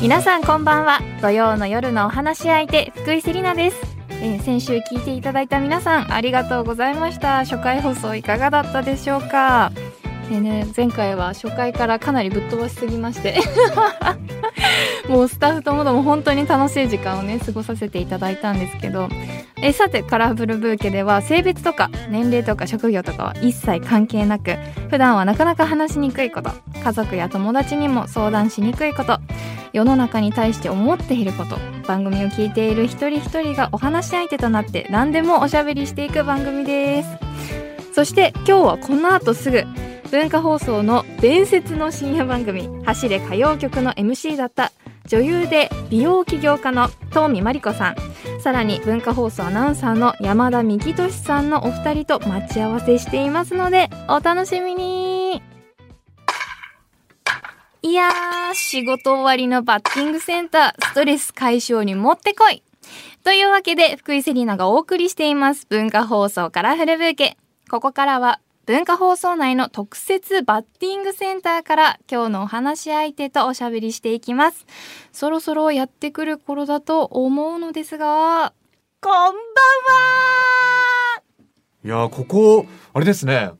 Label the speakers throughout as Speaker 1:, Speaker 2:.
Speaker 1: 皆さんこんばんは土曜の夜のお話し相手福井セリナです、えー先週聞いていただいた皆さんありがとうございました初回放送いかがだったでしょうかでね前回は初回からかなりぶっ飛ばしすぎまして もうスタッフともども本当に楽しい時間をね過ごさせていただいたんですけどえーさてカラフルブーケでは性別とか年齢とか職業とかは一切関係なく普段はなかなか話しにくいこと家族や友達にも相談しにくいこと世の中に対して思っていること番組を聞いている一人一人がお話し相手となって何でもおしゃべりしていく番組ですそして今日はこの後すぐ文化放送の伝説の深夜番組「走れ歌謡曲」の MC だった女優で美容起業家の東美真理子さんさらに文化放送アナウンサーの山田幹俊さんのお二人と待ち合わせしていますのでお楽しみにいやー、仕事終わりのバッティングセンター、ストレス解消にもってこいというわけで、福井セリーナがお送りしています、文化放送カラフルブーケ。ここからは、文化放送内の特設バッティングセンターから、今日のお話し相手とおしゃべりしていきます。そろそろやってくる頃だと思うのですが、こんばんはい
Speaker 2: やーここあれですね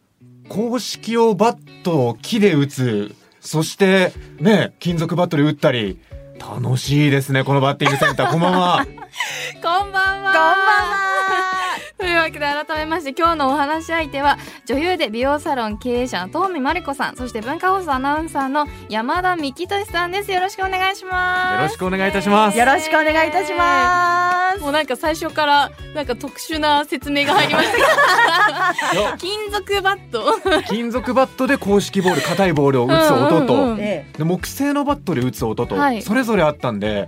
Speaker 2: 公式をバットを木で打つそしてね金属バットで打ったり楽しいですねこのバッティングセンターこんばんは
Speaker 1: こんばんは
Speaker 3: こんばんは。
Speaker 1: というわけで改めまして今日のお話し相手は女優で美容サロン経営者の東美真理子さんそして文化放送アナウンサーの山田幹俊さんですよろしくお願いします
Speaker 2: よろしくお願いいたします
Speaker 3: よろしくお願いいたします。
Speaker 1: もうなんか最初からなんか特殊な説明が入りましたけど
Speaker 2: いや
Speaker 1: 金属バット
Speaker 2: 金属バットで公式ボール硬いボールを打つ音と、
Speaker 1: うんうんうん
Speaker 3: え
Speaker 2: で木製のバットで打つ音と、
Speaker 1: はい
Speaker 2: それぞれあったんで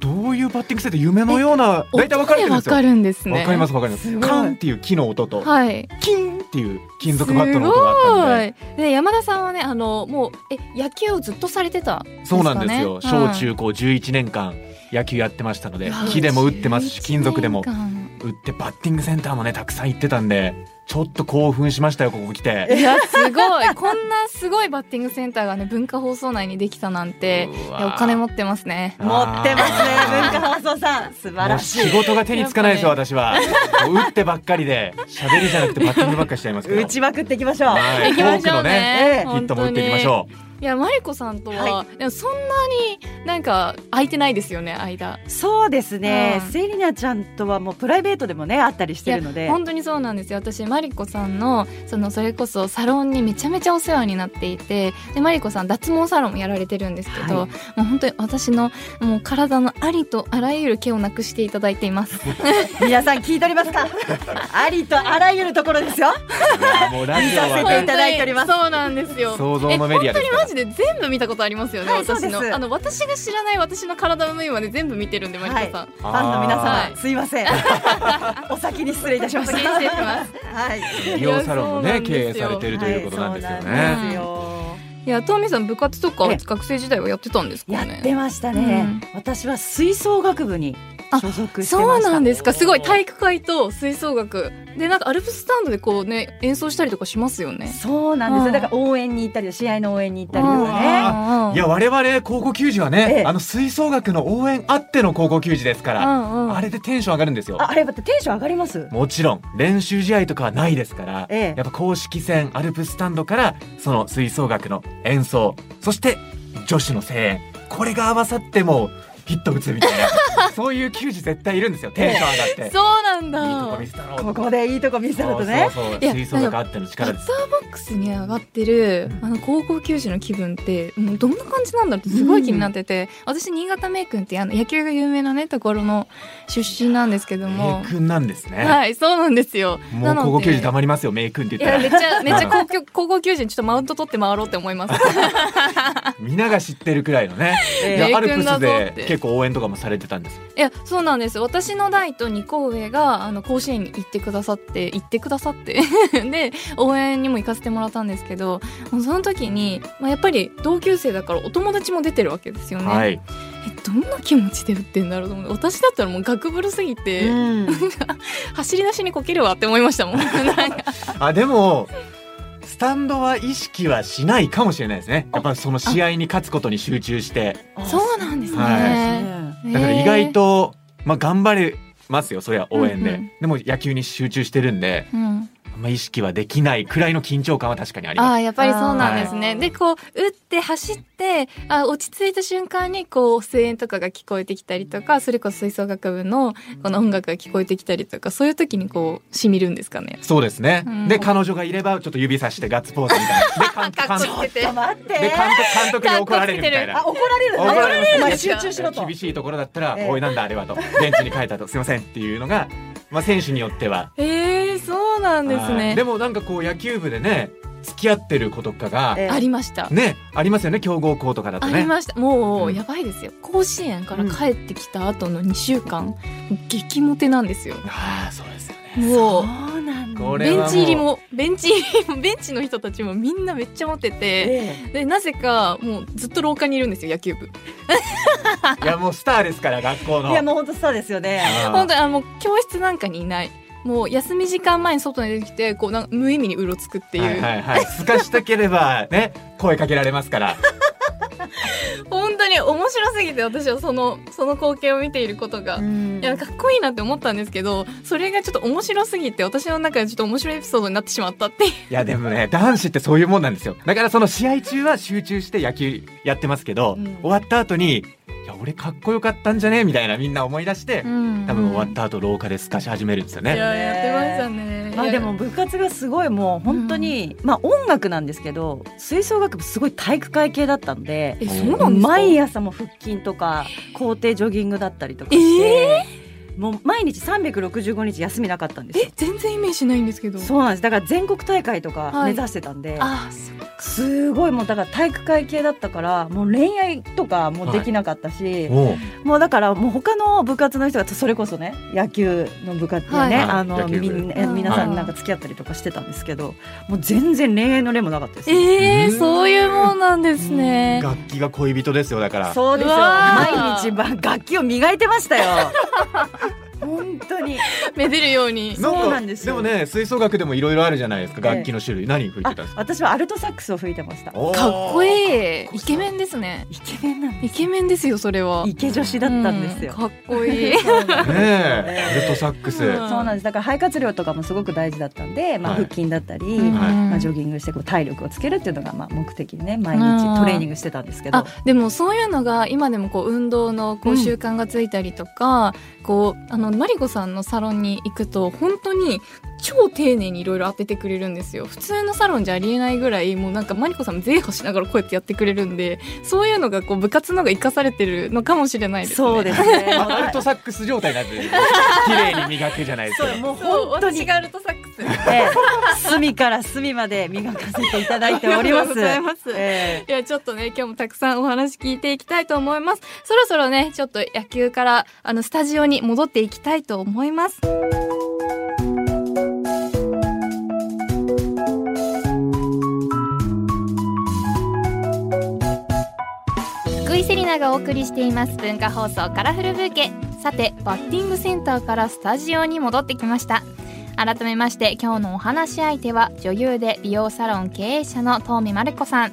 Speaker 2: どういうバッティングセンター夢のような大体分かれてるんです
Speaker 1: 音で
Speaker 2: よ
Speaker 1: わかるんです
Speaker 2: わ
Speaker 1: ね
Speaker 2: かりますわかります
Speaker 3: すごい
Speaker 2: カンっていう木の音と、
Speaker 1: はい
Speaker 2: キンっていう金属バットの音があったんです
Speaker 1: ごいで山田さんはねあのもうえ野球をずっとされてた
Speaker 2: そうなんですよ
Speaker 1: ですかね
Speaker 2: 小中高11年間野球やってましたので
Speaker 1: うわ
Speaker 2: 木でも打ってますし
Speaker 1: 11
Speaker 2: 金属でも
Speaker 1: 年間
Speaker 2: 打ってバッティングセンターもねたくさん行ってたんでちょっと興奮しましたよここ来て。
Speaker 1: いやすごい こんなすごいバッティングセンターがね文化放送内にできたなんて
Speaker 2: う
Speaker 1: い
Speaker 2: わ
Speaker 1: やお金持ってますね
Speaker 3: 持ってますね
Speaker 2: あー
Speaker 3: 文化放送さん素晴
Speaker 2: もう
Speaker 3: らしい。
Speaker 2: 仕事が手につかないですよ
Speaker 1: やっ
Speaker 2: 私はもう打ってばっかりで喋りじゃなくてバッティングばっかりしちゃいますけど
Speaker 3: 打ちまくっていきましょう。
Speaker 2: はい
Speaker 1: 行きましょうね
Speaker 3: フォークのねええ
Speaker 2: フォークのねヒットも打っていきましょう
Speaker 1: ういやマリコさんとは、
Speaker 3: は
Speaker 1: でもそんなになんか空いてないですよね間
Speaker 3: そうですね
Speaker 1: う。ん
Speaker 3: セリナちゃんとはもうプライベートでもね会ったりしてるので。
Speaker 1: 本当にそうなんですよ私マリコさんのそのそれこそサロンにめちゃめちゃお世話になっていてでマリコさん脱毛サロンもやられてるんですけど、
Speaker 3: は
Speaker 1: も
Speaker 3: い
Speaker 1: う本当に私のもう体のありとあらゆる毛をなくしていただいています
Speaker 3: 皆さん聞いており ますか。ありとあらゆるところですよ。
Speaker 2: いやもうラジオ
Speaker 3: 見させ
Speaker 2: は
Speaker 3: ていただいております
Speaker 1: 本当にそうなんですよ
Speaker 2: 想像のメディアです
Speaker 1: え本当
Speaker 2: から
Speaker 1: にマジで全部見たことありますよね、
Speaker 3: はい
Speaker 1: 私
Speaker 3: そうです
Speaker 1: のあの私が知らない私の体の部位まで全部見てるんでマリコさん、
Speaker 3: は
Speaker 2: フ
Speaker 3: ファンの皆
Speaker 1: は
Speaker 3: 様すいま せん。お先に失礼いたしまし
Speaker 1: お
Speaker 3: た。
Speaker 1: 先に失礼します
Speaker 3: はい。
Speaker 2: 美容サロンも
Speaker 1: いやそうな
Speaker 2: ね
Speaker 1: ん
Speaker 2: 経営
Speaker 1: ですよ
Speaker 2: されてるということなんですよ
Speaker 3: はいそう
Speaker 2: ね
Speaker 3: なんですよ
Speaker 1: いやトミーさん部活とか
Speaker 3: ええ
Speaker 1: 学生時代はやってたんですか
Speaker 3: や
Speaker 1: ね
Speaker 3: ってましたね。私は吹奏楽部に所属してま
Speaker 1: そう
Speaker 3: した。
Speaker 1: なんですかすごい体育会と吹奏楽でなんかアルプススタンドでこうね演奏したりとかしますよね
Speaker 3: そうなんです
Speaker 1: うん
Speaker 3: よ。だから応援に行ったり、試合の応援に行ったりと
Speaker 2: う
Speaker 3: かね。
Speaker 2: わいや我々高校球児はね、
Speaker 3: ええ
Speaker 2: あの吹奏楽の応援あっての高校球児ですから、あ
Speaker 1: れ
Speaker 2: れでテンション上がるんですよ
Speaker 3: あ、あれ、だってテンション上がります。
Speaker 2: もちろん練習試合とかはないですから、
Speaker 3: ええ
Speaker 2: やっぱ公式戦アルプススタンドからその吹奏楽の演奏そして女子の声援これが合わさってもうヒット打つみたい なそういう球児絶対いるんですよテンション上がって、
Speaker 1: そうなんだ
Speaker 2: いいとこ見せたろう
Speaker 3: ここでいいとこ見せるとね。
Speaker 2: そうそうそう
Speaker 1: いや
Speaker 2: 吹奏楽あっての
Speaker 1: バ
Speaker 2: 力
Speaker 1: ッ
Speaker 2: で
Speaker 1: タ
Speaker 2: す
Speaker 1: ーボックスに上がってる
Speaker 2: うん
Speaker 1: あの高校球児の気分ってもうどんな感じなんだろうってすごい気になってて、私新潟名君ってあの野球が有名なねところの出身なんですけども
Speaker 2: 名。君なんですね、
Speaker 1: はい、そうなんですよ。
Speaker 2: もう高校球
Speaker 1: な
Speaker 2: 児
Speaker 1: の
Speaker 2: 黙りますよ名君って
Speaker 1: でい
Speaker 2: 言った
Speaker 1: や、
Speaker 2: ら
Speaker 1: めっち ゃ、めっちゃ高校、高校球児にちょっとマウント取って回ろうって思います。
Speaker 2: 皆が知ってるくらいのね
Speaker 3: え
Speaker 2: い
Speaker 3: え
Speaker 2: や
Speaker 1: 名
Speaker 2: アルプ
Speaker 1: 君だ
Speaker 2: ス
Speaker 1: ぞって
Speaker 2: で結構応援とかもされてたんです
Speaker 1: いや、そうなんです。私の代と2個上が、あの、甲子園に行ってくださって、行ってくださって、 で、応援にも行かせてもらったんですけど、もうその時に、まあ、やっぱり同級生だからお友達も出てるわけですよね。
Speaker 2: はい
Speaker 1: えどんな気持ちで打ってんだろうと思って私だったらもうガクブルすぎて、
Speaker 3: うん
Speaker 1: 走り出しにこけるわって思いましたもんなんか
Speaker 2: あでもスタンドは意識はしないかもしれないですねやっぱりその試合に勝つことに集中して
Speaker 1: そうなんですね、
Speaker 2: はだから意外と、まあ、頑張れますよそりゃ応援で、
Speaker 1: うんうん
Speaker 2: でも野球に集中してるん
Speaker 1: へ
Speaker 2: で
Speaker 1: ー、うん、
Speaker 2: あんま意識はできないくらいの緊張感は確かにあり
Speaker 1: あ
Speaker 2: ます
Speaker 1: あやっぱりそうなんですね。
Speaker 3: はい
Speaker 1: でこう打って走ってあ落ち着いた瞬間にこう声援とかが聞こえてきたりとかそれこそ吹奏楽部のこの音楽が聞こえてきたりとかそういう時にこうしみるんですかね。
Speaker 2: そうですね、
Speaker 1: うん
Speaker 2: で彼女がいればちょっと指さしてガッツポーズみたいなで 監
Speaker 1: かっこつけて
Speaker 3: ちょっと待っ
Speaker 2: で監
Speaker 3: て。
Speaker 2: 督監督に怒られるみたい
Speaker 3: あ
Speaker 2: な
Speaker 3: 怒られる。
Speaker 2: 怒られます
Speaker 3: お前集中しろと。
Speaker 2: 厳しいところだったら「
Speaker 3: ええ
Speaker 2: おいなんだあれは」と「ベンチに帰ったとすいません」っていうのが、まあ、選手によっては
Speaker 1: えー、そうなんです
Speaker 2: は
Speaker 1: ね
Speaker 2: い。でもなんかこう野球部でね付き合ってる子とかが、
Speaker 3: ええ
Speaker 1: ありました。
Speaker 2: ねありますよね強豪校とかだと
Speaker 1: あ
Speaker 2: ね
Speaker 1: りました。も
Speaker 2: う
Speaker 1: うんやばいですよ。甲子園から帰ってきた後の2週間、もう激モテなんですよ。
Speaker 2: ああそうですよね
Speaker 1: もう
Speaker 3: そうなんだ。
Speaker 2: これ
Speaker 1: ベ
Speaker 2: は
Speaker 1: ンチ入りもベンチ入りも ベンチの人たちもみんなめっちゃモテて。
Speaker 3: え
Speaker 1: でなぜかもうずっと廊下にいるんですよ野球部
Speaker 2: いやもうスターですから学校
Speaker 3: え
Speaker 2: の
Speaker 3: いやもう本当そうですよね。
Speaker 2: あー
Speaker 1: 本当にあのもう教室なんかにいないもう休み時間前に外に出てきてこうなんか無意味にうろつくっていう、
Speaker 2: はいはいはいすかしたければね声かけられますから
Speaker 1: 本当に面白すぎて私はそのその光景を見ていることが、いやかっこいいなって思ったんですけどそれがちょっと面白すぎて私の中でちょっと面白いエピソードになってしまったっていう
Speaker 2: いやでもね男子ってそういうもんなんですよだからその試合中は集中して野球やってますけど、
Speaker 3: うん
Speaker 2: 終わった後に「いや俺かっこよかったんじゃね?」みたいなみんな思い出して、多分終わった後廊下で透かし始めるんですよ
Speaker 1: た
Speaker 2: ね。
Speaker 1: いややってましたね
Speaker 3: まあでも部活がすごいもう本当に、まあ音楽なんですけど吹奏楽部すごい体育会系だったので
Speaker 1: えそうなんですか
Speaker 3: 毎朝もう腹筋とか校庭ジョギングだったりとかして、もう毎日365日休みなかったんですよ
Speaker 1: え全然イメージしないんですけど
Speaker 3: そうなんですだから全国大会とか
Speaker 1: は
Speaker 3: 目
Speaker 1: い
Speaker 3: 指してたんで、
Speaker 1: あそう
Speaker 3: すごいもうだから体育会系だったからもう恋愛とかもできなかったし、
Speaker 2: おう
Speaker 3: もうだからもう他の部活の人がそれこそね野球の部活でね、
Speaker 1: はい
Speaker 3: あ
Speaker 2: は
Speaker 3: の
Speaker 2: い野球
Speaker 3: み
Speaker 2: 部
Speaker 3: ん
Speaker 1: う
Speaker 3: な
Speaker 1: ん
Speaker 3: 皆さんなんか付き合ったりとかしてたんですけどもう全然恋愛の例もなかったです、
Speaker 1: え
Speaker 2: う
Speaker 1: ー、
Speaker 2: ん
Speaker 1: そういうもんなんですね
Speaker 2: 楽器が恋人ですよだから
Speaker 3: そうですよ
Speaker 1: うわー
Speaker 3: 毎日ば楽器を磨いてましたよ本当に
Speaker 1: めでるよう に
Speaker 2: か
Speaker 3: そうなんですよ
Speaker 2: もね吹奏楽でもいろいろあるじゃないですか
Speaker 3: ええ
Speaker 2: 楽器の種類、何吹い
Speaker 3: あ
Speaker 2: てたんですか
Speaker 3: 私はアルトサックスを吹いてました
Speaker 1: かっこ
Speaker 2: い
Speaker 1: いいイケメンですね
Speaker 3: イケメンなんで
Speaker 1: イケメンですよそれは
Speaker 3: すイケ女子だったんですよ、
Speaker 1: うんかっこ いい
Speaker 3: そうなんで
Speaker 2: ね
Speaker 3: すよ
Speaker 2: えアルトサックス、
Speaker 1: うん
Speaker 3: そうなんですだから肺活量とかもすごく大事だったんで、まあ、
Speaker 2: はい
Speaker 3: 腹筋だったり、
Speaker 1: うん
Speaker 3: まあ、ジョギングしてこう体力をつけるっていうのがまあ目的でね毎日トレーニングしてたんですけど
Speaker 1: あでもそういうのが今でもこう運動のこ
Speaker 3: う
Speaker 1: うん習慣がついたりとか、こうあのマリコさんのサロンに行くと本当に超丁寧にいろいろ当ててくれるんですよ普通のサロンじゃありえないぐらいもうなんかマリコさんもゼーハしながらこうやってやってくれるんでそういうのがこう部活のが生かされてるのかもしれないですね
Speaker 3: そうですね
Speaker 2: まあアルトサックス状態なんで綺麗に磨くじゃないですか
Speaker 3: そうもう
Speaker 1: そう
Speaker 3: 本当
Speaker 1: 私
Speaker 3: に、
Speaker 1: がアルトサックス
Speaker 3: ええ隅から隅まで磨かせていただいておりま
Speaker 1: ありがとう
Speaker 3: す
Speaker 1: ございます
Speaker 3: ええ
Speaker 1: いや、ちょっとね、今日もたくさんお話聞いていきたいと思います。そろそろね、ちょっと野球から、あの、スタジオに戻っていきたいと思います。福井セリナがお送りしています文化放送カラフルブーケさてバッティングセンターからスタジオに戻ってきました改めまして今日のお話し相手は女優で美容サロン経営者の遠見まる子さん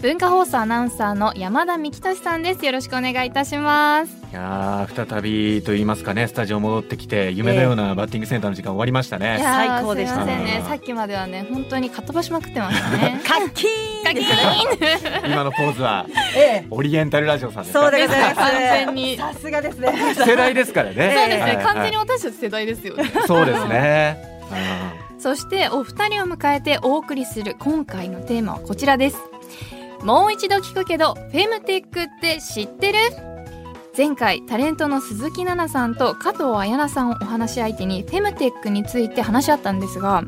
Speaker 1: 文化放送アナウンサーの山田美希俊さんですよろしくお願いいたします
Speaker 2: いやー再びと言いますかねスタジオ戻ってきて夢のようなバッティングセンターの時間終わりました
Speaker 1: い
Speaker 2: ね。
Speaker 1: やー
Speaker 3: 最高でした
Speaker 1: すいませんね
Speaker 2: うん
Speaker 1: さっきまではね本当にかっ飛ばしまくってました ね
Speaker 3: カッキー
Speaker 1: ガ
Speaker 3: ン
Speaker 1: キ
Speaker 3: で
Speaker 1: ー
Speaker 3: すね
Speaker 1: ン
Speaker 2: 今のポーズは
Speaker 3: え
Speaker 2: オリエンタルラジオさん
Speaker 3: え
Speaker 2: ですか
Speaker 3: そうでございます
Speaker 1: 完全に
Speaker 3: さすがですね
Speaker 2: 世代ですからね。
Speaker 1: そうです
Speaker 2: は
Speaker 1: ね
Speaker 2: いはい
Speaker 1: 完全に私たち世代ですよね
Speaker 2: そうですね。
Speaker 1: そしてお二人を迎えてお送りする今回のテーマはこちらですもう一度聞くけどフェムテックって知ってる前回タレントの鈴木奈々さんと加藤綾菜さんをお話し相手にフェムテックについて話し合ったんですが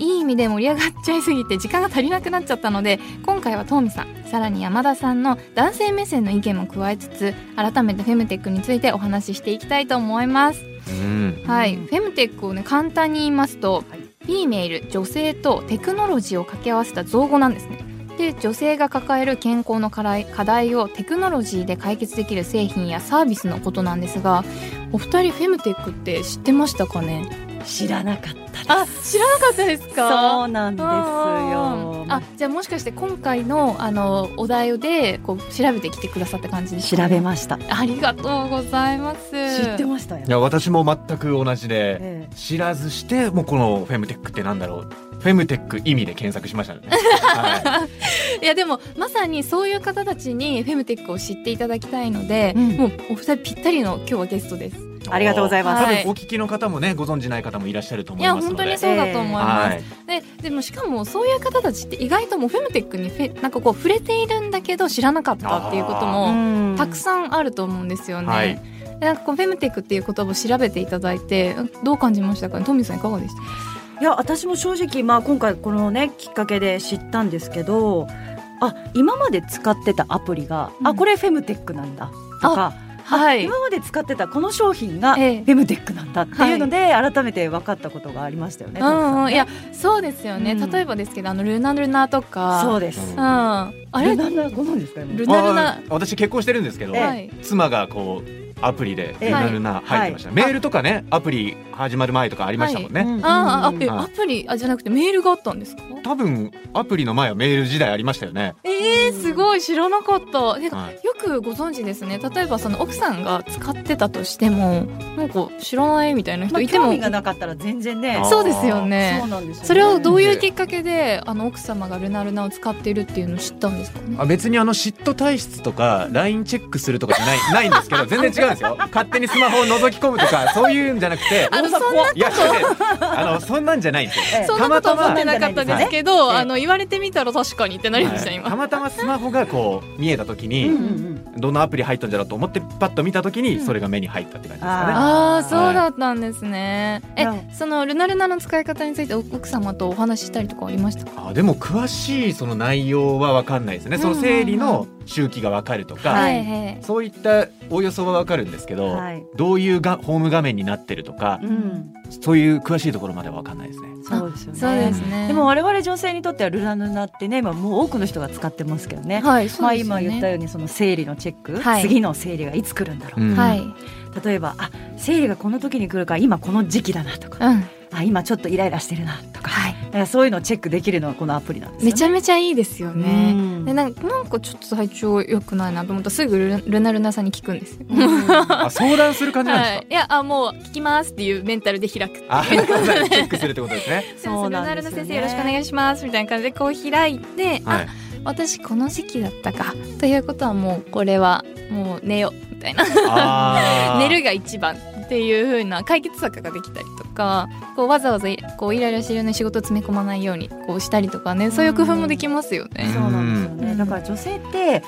Speaker 1: いい意味で盛り上がっちゃいすぎて時間が足りなくなっちゃったので今回は東美さんさらに山田さんの男性目線の意見も加えつつ改めてフェムテックについてお話ししていきたいと思います
Speaker 2: うん。
Speaker 1: はい、
Speaker 3: うん
Speaker 1: フェムテックをね簡単に言いますと、
Speaker 3: はい
Speaker 1: フィーメイル女性とテクノロジーを掛け合わせた造語なんですねで女性が抱える健康の課題課題をテクノロジーで解決できる製品やサービスのことなんですがお二人フェムテックって知ってましたかね
Speaker 3: 知らなかった
Speaker 1: あ
Speaker 3: です。
Speaker 1: 知らなかったですか
Speaker 3: そうなんですよ。
Speaker 1: あじゃあもしかして今回のあのお題でこう調べてきてくださった感じです
Speaker 3: 調
Speaker 1: か
Speaker 3: べました。
Speaker 1: ありがとうございます
Speaker 3: 知ってましたよ
Speaker 2: い。や私も全く同じで
Speaker 3: え
Speaker 2: 知らずしてもうこのフェムテックってなんだろうフェムテック意味で検索しましたね、はい
Speaker 1: やでもまさにそういう方たちにフェムテックを知っていただきたいので、
Speaker 3: うん
Speaker 1: もうお二人ぴったりの今日はゲストです
Speaker 2: い、
Speaker 3: ありがとうございます
Speaker 2: 多分お聞きの方もねご存知ない方もいらっしゃると思
Speaker 1: い
Speaker 2: い
Speaker 1: や
Speaker 2: ます
Speaker 1: 本
Speaker 2: の
Speaker 1: 当
Speaker 2: で
Speaker 1: にそうだと思います、
Speaker 2: はい
Speaker 1: ででもしかもそういう方たちって意外ともうフェムテックにフェなんかこう触れているんだけど知らなかったっていうこと
Speaker 3: え
Speaker 1: も
Speaker 3: うん
Speaker 1: たくさんあると思うんですよね。
Speaker 2: はい
Speaker 1: でなんかこうフェムテックっていう言葉を調べていただいてどう感じましたかねトミーさんいかがでした
Speaker 3: いや私も正直、まあ、今回このねきっかけで知ったんですけどあ今まで使ってたアプリが、
Speaker 1: う
Speaker 3: あ
Speaker 1: ん
Speaker 3: これフェムテックなんだとか
Speaker 1: は
Speaker 3: 今まで使ってたこの商品がフ
Speaker 1: ええ
Speaker 3: ェムテックなんだっていうので、改めて分かったことがありましたよ
Speaker 1: う
Speaker 3: ね。たく
Speaker 1: ん
Speaker 3: さ
Speaker 1: うんん、
Speaker 3: ね
Speaker 1: いやそうですよね、
Speaker 3: うん
Speaker 1: 例えばですけどあのルナルナとか
Speaker 3: そう
Speaker 1: で
Speaker 3: です。
Speaker 2: う
Speaker 1: う
Speaker 2: ん
Speaker 1: ん、あれ
Speaker 3: ルナルナご存知ですか今
Speaker 1: ルナルナ
Speaker 2: あー私結婚してるんですけど、
Speaker 3: ええ
Speaker 1: はい
Speaker 2: 妻がこうアプリで
Speaker 3: ええ
Speaker 2: ルナルナ入ってました、
Speaker 3: はい
Speaker 2: メールとかねアプリ始まる前とかありましたもんね、
Speaker 3: うんうん
Speaker 1: あーあえ
Speaker 2: はい
Speaker 1: アプリあじゃなくてメールがあったんですか
Speaker 2: 多分アプリの前はメール時代ありましたよね、
Speaker 1: えー、すごい知らなかったてか
Speaker 2: はい
Speaker 1: よくご存知ですね例えばその奥さんが使ってたとしてもなんか知らないみたいな
Speaker 3: ま
Speaker 1: 人
Speaker 3: あ、
Speaker 1: いて
Speaker 3: 興
Speaker 1: も、
Speaker 3: 味がなかったら全然ね
Speaker 2: あー
Speaker 1: そうですよね
Speaker 3: そうなんですよね
Speaker 1: それをどう
Speaker 2: う
Speaker 1: いうきっかけであの奥様がルナルナを使っているっていうのを知ったんですかね
Speaker 2: あ別にあの嫉妬体質とか LINE チェックするとかじゃない ないんですけど全然違うんですよ勝手にスマホを覗き込むとかそういうんじゃなくて
Speaker 1: あの
Speaker 3: 大阪
Speaker 1: そんない
Speaker 2: や違う違うあのそんなんじゃないんですよ
Speaker 3: ええ
Speaker 1: そんなこと思ってなかったですけど、
Speaker 3: ええ
Speaker 1: あの言われてみたら確かにってなりました、
Speaker 2: はいた
Speaker 1: 今。
Speaker 2: またまスマホがこう見えた時
Speaker 3: うん
Speaker 2: に、
Speaker 3: うんうん
Speaker 2: どのアプリ入ったんだろうと思ってパッと見た時にそれが目に入ったって感じですかね、
Speaker 3: あ
Speaker 1: ああ、そうだったんですね。え
Speaker 3: はい、
Speaker 1: そのルナルナの使い方についてお奥様とお話ししたりとかありましたか。
Speaker 2: あでも詳しいその内容は分かんないですね、その生理の周期が分かるとか、
Speaker 3: はい
Speaker 1: い
Speaker 2: そういったおおよそは分かるんですけど、
Speaker 3: はい
Speaker 2: どういうがホーム画面になってるとか
Speaker 3: う、ん、
Speaker 2: そういう詳しいところまでは分かんないですね。
Speaker 3: そうですよね
Speaker 1: そうですね。
Speaker 3: でも我々女性にとってはルナルナってね今もう多くの人が使ってますけどね
Speaker 1: はい、そ
Speaker 3: ま
Speaker 1: う
Speaker 3: あ、
Speaker 1: ですよ
Speaker 3: 今
Speaker 1: ね
Speaker 3: 言ったようにその生理のチェック、
Speaker 1: はい
Speaker 3: 次の生理がいつ来るんだろう、
Speaker 2: うん
Speaker 1: はい。
Speaker 3: 例えばあ生理がこの時に来るから今この時期だなとか、
Speaker 1: うん。
Speaker 3: あ今ちょっとイライラしてるなとか,、
Speaker 1: はい
Speaker 3: だからそういうのをチェックできるのはこのアプリなんですよね。
Speaker 1: めちゃめちゃいいですよね。
Speaker 3: うん
Speaker 1: でなんかなんかちょっと体調良くないなと思ったらすぐルルナルナさんに聞くんですよ。
Speaker 2: あ相談する感じなんですか。
Speaker 1: はい、いやあもう聞きますっていうメンタルで開くっていう
Speaker 2: あチェックするってことですね。
Speaker 1: すいませ
Speaker 3: そうん
Speaker 1: ル
Speaker 3: な
Speaker 1: ナ
Speaker 3: ん
Speaker 1: ル
Speaker 3: ですよね
Speaker 1: ナ先生よろしくお願いしますみたいな感じでこう開いて、
Speaker 2: は
Speaker 1: あ
Speaker 2: い。
Speaker 1: 私この時期だったかということはもうこれはもう寝ようみたいな
Speaker 2: あー
Speaker 1: 寝るが一番っていう風な解決策ができたりとかこうわざわざこうイライラしてるのに仕事詰め込まないようにこうしたりとかねそういう工夫もできますよね。
Speaker 3: そうなんですよね、
Speaker 1: うん
Speaker 3: だから女性って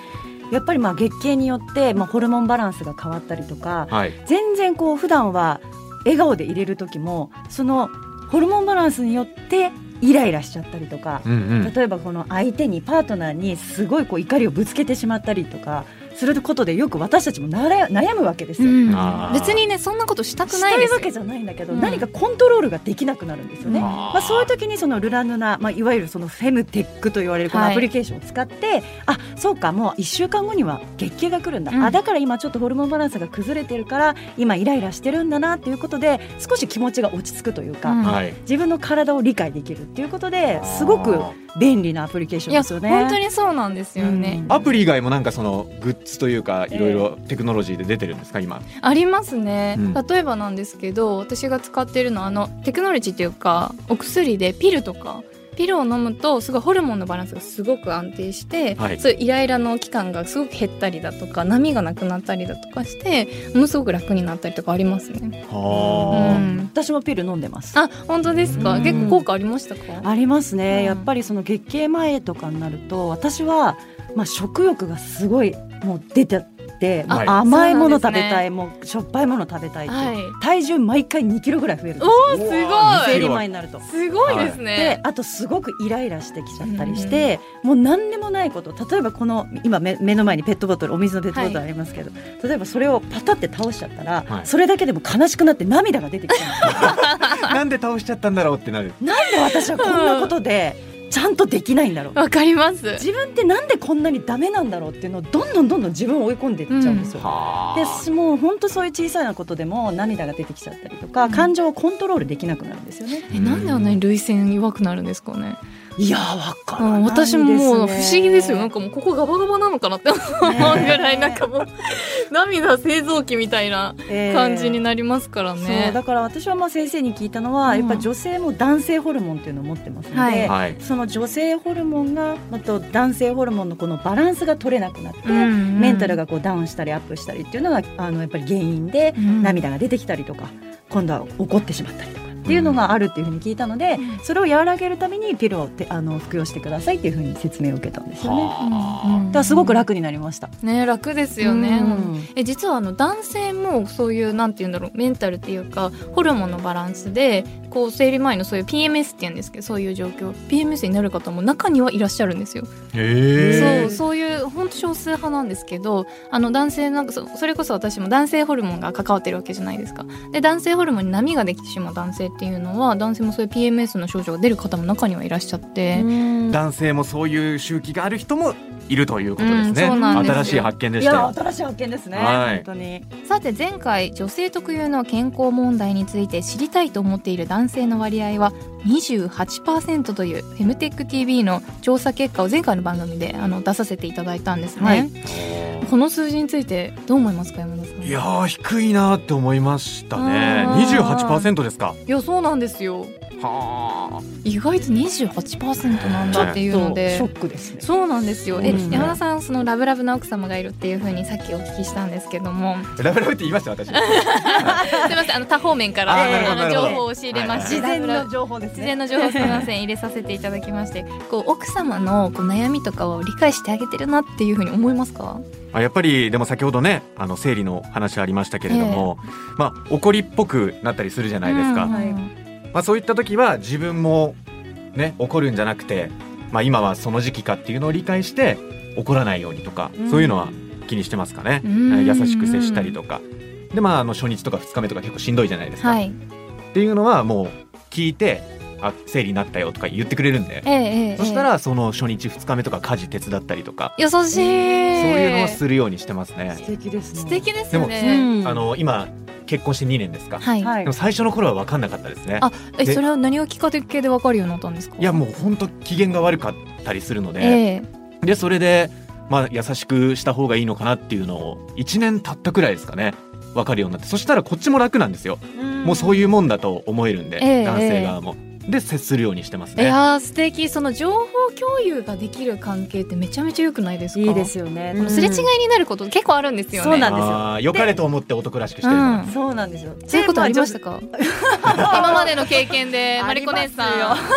Speaker 3: やっぱりまあ月経によってまあホルモンバランスが変わったりとか
Speaker 2: はい。
Speaker 3: 全然こう普段は笑顔で入れる時もそのホルモンバランスによってイライラしちゃったりとか
Speaker 2: うんうん。
Speaker 3: 例えばこの相手にパートナーにすごいこう怒りをぶつけてしまったりとかすることでよく私たちもなれ悩むわけです
Speaker 1: う
Speaker 3: よ。
Speaker 1: ん
Speaker 2: あー
Speaker 1: 別にねそんなことしたく
Speaker 3: し
Speaker 1: ない
Speaker 3: た
Speaker 1: で
Speaker 3: い
Speaker 1: すよ
Speaker 3: わけじゃないんだけど、
Speaker 1: うん
Speaker 3: 何かコントロールができなくなるんですよね。
Speaker 1: うん
Speaker 3: まあ、そういう時にそのルラヌナ、まあ、いわゆるそのフェムテックと言われるこの
Speaker 1: はい
Speaker 3: アプリケーションを使って、あそうかもう1週間後には月経が来るんだ、
Speaker 1: うん
Speaker 3: あだから今ちょっとホルモンバランスが崩れてるから今イライラしてるんだなっていうことで少し気持ちが落ち着くというか、
Speaker 1: うん
Speaker 2: はい。
Speaker 3: 自分の体を理解できるっていうことですごく便利なアプリケーション
Speaker 1: いや
Speaker 3: ですよね。
Speaker 1: 本当にそうなんですよね、
Speaker 2: アプリ以外もなんかそのグッズというかいろいろテクノロジーで出てるんですか今。
Speaker 1: ありますね、
Speaker 2: うん
Speaker 1: 例えばなんですけど私が使ってるのはあのテクノロジーというかお薬でピルとかピルを飲むとすごいホルモンのバランスがすごく安定して、
Speaker 2: はい
Speaker 1: そういうイライラの期間がすごく減ったりだとか波がなくなったりだとかしてものすごく楽になったりとかありますね。
Speaker 2: は
Speaker 1: う
Speaker 2: あ。
Speaker 1: ん
Speaker 3: 私もピル飲んでます。
Speaker 1: あ本当ですか
Speaker 2: うん
Speaker 1: 結構効果ありましたか
Speaker 3: ありますね、
Speaker 1: うん
Speaker 3: やっぱりその月経前とかになると私は、まあ、食欲がすごいもう出てって、もう
Speaker 2: はい
Speaker 3: 甘いもの
Speaker 1: そうな
Speaker 3: 食
Speaker 1: んですね
Speaker 3: べたい、もうしょっぱいもの食べたいっていう、
Speaker 1: はい
Speaker 3: 体重毎回2キロぐらい増えるんですよ
Speaker 1: おーす
Speaker 2: わー
Speaker 1: ご
Speaker 3: 生
Speaker 1: い
Speaker 2: 見
Speaker 3: 理前になると。
Speaker 1: すごいです
Speaker 3: で
Speaker 1: ね。
Speaker 3: あとすごくイライラしてきちゃったりして、もう何でもないこと例えばこの今目目の前にペットボトルお水のペットボトルありますけど、例えばそれをパタって倒しちゃったら、
Speaker 2: はい
Speaker 3: それだけでも悲しくなって 涙が出てきちゃうんですよ
Speaker 2: なんで倒しちゃったんだろうってなる。
Speaker 3: なんで私はこんなことでちゃんとできないんだろう
Speaker 1: わかります
Speaker 3: 自分ってなんでこんなにダメなんだろうっていうのをどんどんどんどん自分を追い込んでいっちゃうんですよ。
Speaker 2: は
Speaker 3: で
Speaker 2: あ。
Speaker 3: もう本当そういう小さなことでも涙が出てきちゃったりとか、
Speaker 1: うん
Speaker 3: 感情をコントロールできなくなるんですよね。
Speaker 1: えなんであんなに涙腺弱くなるんですかね、
Speaker 3: いやーわか
Speaker 1: う
Speaker 3: らない
Speaker 1: ん、私ももう不思議ですよなん
Speaker 3: か
Speaker 1: かもうここガバガバなのかなって思うぐらいなんかもう涙製造機みたいな感じになりますから
Speaker 3: そう
Speaker 1: ね、
Speaker 3: だから私はまあ先生に聞いたのは、
Speaker 1: うん
Speaker 3: やっぱ女性も男性ホルモンっていうのを持ってますので、
Speaker 1: はい
Speaker 2: はい。
Speaker 3: その女性ホルモンがまた男性ホルモンのこのバランスが取れなくなって、
Speaker 1: うん
Speaker 3: メンタルがこうダウンしたりアップしたりっていうのがあのやっぱり原因で
Speaker 1: うん
Speaker 3: 涙が出てきたりとか、今度は怒ってしまったりとかっていうのがあるっていうふうに聞いたので、
Speaker 1: うん
Speaker 3: それを和らげるためにピルをてあの服用してくださいっていうふうに説明を受けたんですよね。
Speaker 2: は
Speaker 1: うん
Speaker 3: だからすごく楽になりました。
Speaker 1: ね楽ですよね、
Speaker 3: うん
Speaker 1: え実はあの男性もそういうなんて言うんだろうメンタルっていうかホルモンのバランスでこう生理前のそういう PMS っていうんですけどそういう状況 PMS になる方も中にはいらっしゃるんですよ。
Speaker 2: あ。へ
Speaker 1: そ
Speaker 2: え
Speaker 1: う。そういう本当少数派なんですけどあの男性なんかそそれこそ私も男性ホルモンが関わってるわけじゃないですか。で男性ホルモンに波ができてしまう男性っていうのは男性もそういう PMS の症状が出る方も中にはいらっしゃって。
Speaker 2: 男性もそういう周期がある人もいるということです
Speaker 1: うん
Speaker 2: ね。
Speaker 1: そうなんですよ
Speaker 2: 新しい発見で
Speaker 3: い
Speaker 2: した
Speaker 3: や
Speaker 2: よ。
Speaker 3: 新しい発見ですね、
Speaker 2: はい
Speaker 3: 本当に
Speaker 1: さて前回女性特有の健康問題について知りたいと思っている男性の割合は28%というフェムテック TV の調査結果を前回の番組であの出させていただいたんですね、
Speaker 3: はい
Speaker 1: この数字についてどう思いますか山田さん
Speaker 2: いやー低いなーって思いましたね
Speaker 1: あ。
Speaker 2: 二十
Speaker 1: ー
Speaker 2: 八パーセントですか。
Speaker 1: いやそうなんですよ
Speaker 2: は
Speaker 1: 意外と28%なんだっていうので
Speaker 3: ちょっとショックですね
Speaker 1: そうなんですよ。え、
Speaker 2: そうですね
Speaker 1: 山田さんそのラブラブな奥様がいるっていう風にさっきお聞きしたんですけど も、
Speaker 2: あ。ラブラブって言いました私。
Speaker 1: すみませんあの多方面から
Speaker 2: あーなるほど
Speaker 1: あの
Speaker 2: なる
Speaker 1: 情
Speaker 2: ほど
Speaker 1: 報を仕入れまして、
Speaker 3: 事前
Speaker 1: ラブラブ
Speaker 3: の情報です
Speaker 1: 事
Speaker 3: ね
Speaker 1: 前の情報すみません入れさせていただきましてこう奥様のこう悩みとかを理解してあげてるなっていうふうに思いますか
Speaker 2: あやっぱりでも先ほどねあの生理の話ありましたけれども、まあ怒りっぽくなったりするじゃないですか、
Speaker 1: うん
Speaker 2: ま
Speaker 3: はい
Speaker 2: あ、そういった時は自分もね怒るんじゃなくて、まあ、今はその時期かっていうのを理解して怒らないようにとか、
Speaker 3: うん
Speaker 2: そういうのは気にしてますかね、
Speaker 1: うん
Speaker 2: 優しく接したりとかでまああの初日とか2日目とか結構しんどいじゃないですか、
Speaker 1: はい
Speaker 2: っていうのはもう聞いて「あ生理になったよ」とか言ってくれるんで
Speaker 1: ええええ
Speaker 2: そしたらその初日2日目とか家事手伝ったりとか、
Speaker 1: ええ優しいそう
Speaker 2: そう
Speaker 1: い
Speaker 2: いうのをするようにしてますね。
Speaker 3: 素敵ですね
Speaker 1: 素敵ですよ
Speaker 3: う
Speaker 1: ね
Speaker 3: ん
Speaker 2: あの今結婚して2年ですか、
Speaker 1: はい、
Speaker 3: はい
Speaker 2: でも最初の頃は分かんなかったですね
Speaker 1: あえ
Speaker 2: で
Speaker 1: それは何がきっかけでわかるようになったんですか
Speaker 2: いやもう本当機嫌が悪かったりするので、
Speaker 1: ええ
Speaker 2: でそれで、まあ、優しくした方がいいのかなっていうのを1年経ったくらいですかね分かるようになってそしたらこっちも楽なんですよ、もうそういうもんだと思えるんで、
Speaker 1: ええ
Speaker 2: 男性側も、で接するようにしてます
Speaker 1: い
Speaker 2: ね
Speaker 1: やー素敵その情報共有ができる関係ってめちゃめちゃ良くないですか
Speaker 3: いいですよね
Speaker 1: このすれ違いになること結構あるんですよね
Speaker 3: そうなんですよ
Speaker 2: あー良かれと思って男らしくしてるのが、
Speaker 1: うん
Speaker 3: そうなんですよ
Speaker 1: そういうことありましたか 今までの経験でマ
Speaker 3: あ
Speaker 1: リ
Speaker 3: り
Speaker 1: コ
Speaker 3: ますよ
Speaker 1: 姉さ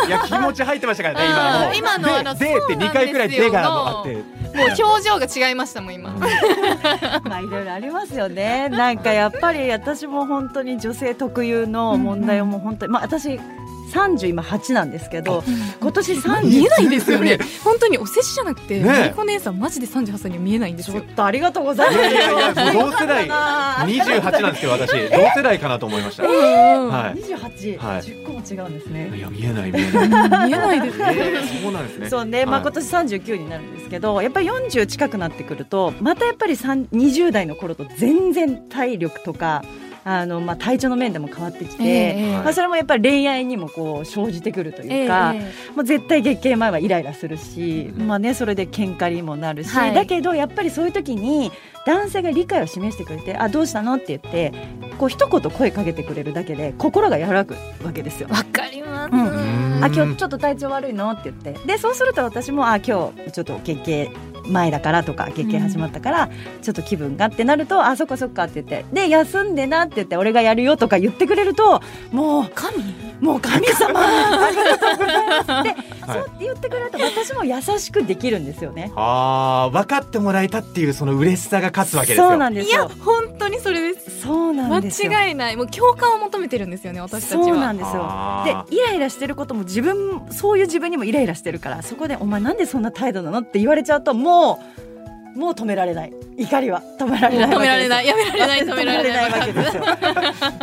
Speaker 1: ん
Speaker 2: いや気持ち入ってましたからね
Speaker 1: う
Speaker 2: 今も
Speaker 1: ん今
Speaker 2: う
Speaker 1: のあの
Speaker 2: ででって2回くらい「で」があって
Speaker 1: もう表情が違いましたもん今。
Speaker 3: まあいろいろありますよね。なんかやっぱり私も本当に女性特有の問題をもう本当にまあ私三十今八なんですけど今年三
Speaker 1: 見
Speaker 3: 十
Speaker 1: えないんですよ ね。本当にお世辞じゃなくて、
Speaker 2: ねえ
Speaker 1: マリコ姉さんマジで三十八歳には見えないんです
Speaker 3: ちょ
Speaker 1: よ
Speaker 3: っ。とありがとうござい
Speaker 2: い
Speaker 3: ます。
Speaker 2: やいやいやもう同世代
Speaker 3: 二
Speaker 2: 28なんですよ私同世代かなと思いましたいは
Speaker 3: 十八
Speaker 2: はい
Speaker 3: 十個も違うんですね。
Speaker 2: や見えない見えない
Speaker 1: 見えないです。
Speaker 2: えーそうなんですね
Speaker 3: そうね、まあ
Speaker 2: はい
Speaker 3: 今年三十九になるんですけど、やっぱり四十近くなってくると、またやっぱり三二十代の頃と全然体力とかあのまあ体調の面でも変わってきて、
Speaker 2: はい
Speaker 3: まあそれもやっぱり恋愛にもこう生じてくるというか。もう絶対月経前はイライラするし、
Speaker 2: うん
Speaker 3: まあね、それで喧嘩にもなるし、
Speaker 1: はい
Speaker 3: だけどやっぱりそういう時に男性が理解を示してくれて「あどうしたの?」って言ってこう一言声かけてくれるだけで心が和らぐわけですよ。
Speaker 1: わかります。
Speaker 3: うん
Speaker 2: うん
Speaker 3: あ今日ちょっと体調悪いのって言ってでそうすると私もあ今日ちょっと月経前だからとか月経始まったからちょっと気分がってなると、あそっかそっかって言ってで休んでなって言って俺がやるよとか言ってくれるともう
Speaker 1: 神
Speaker 3: もう神様ありがとうございますって
Speaker 2: はい
Speaker 3: そうって言ってくれると私も優しくできるんですよね。
Speaker 2: あー分かってもらえたっていうその嬉しさが勝つわけですよ
Speaker 3: そうなんで
Speaker 1: い
Speaker 3: す
Speaker 1: や
Speaker 3: よ。
Speaker 1: 本当にそれです。
Speaker 3: そうなんですよ。
Speaker 1: 間違いない。もう共感を求めてるんですよね私たちは。
Speaker 3: そうなんですよ。で
Speaker 2: あー
Speaker 3: イライラしてることも自分そういう自分にもイライラしてるからそこで「お前なんでそんな態度なの?」って言われちゃうともうもう止められない怒りは止められない
Speaker 1: 止められないいやめられない止 め
Speaker 3: 止め
Speaker 1: ら
Speaker 3: ら
Speaker 1: れ
Speaker 3: れ
Speaker 1: な
Speaker 3: ないいわ けですよ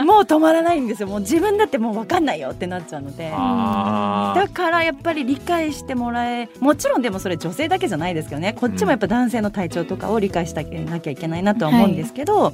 Speaker 3: もう止まらないんですよもう自分だってもう分かんないよってなっちゃうので
Speaker 2: あ
Speaker 3: だからやっぱり理解してもらえもちろんでもそれ女性だけじゃないですけどねこっちもやっぱ男性の体調とかを理解してあげなきゃいけないなとは思うんですけど、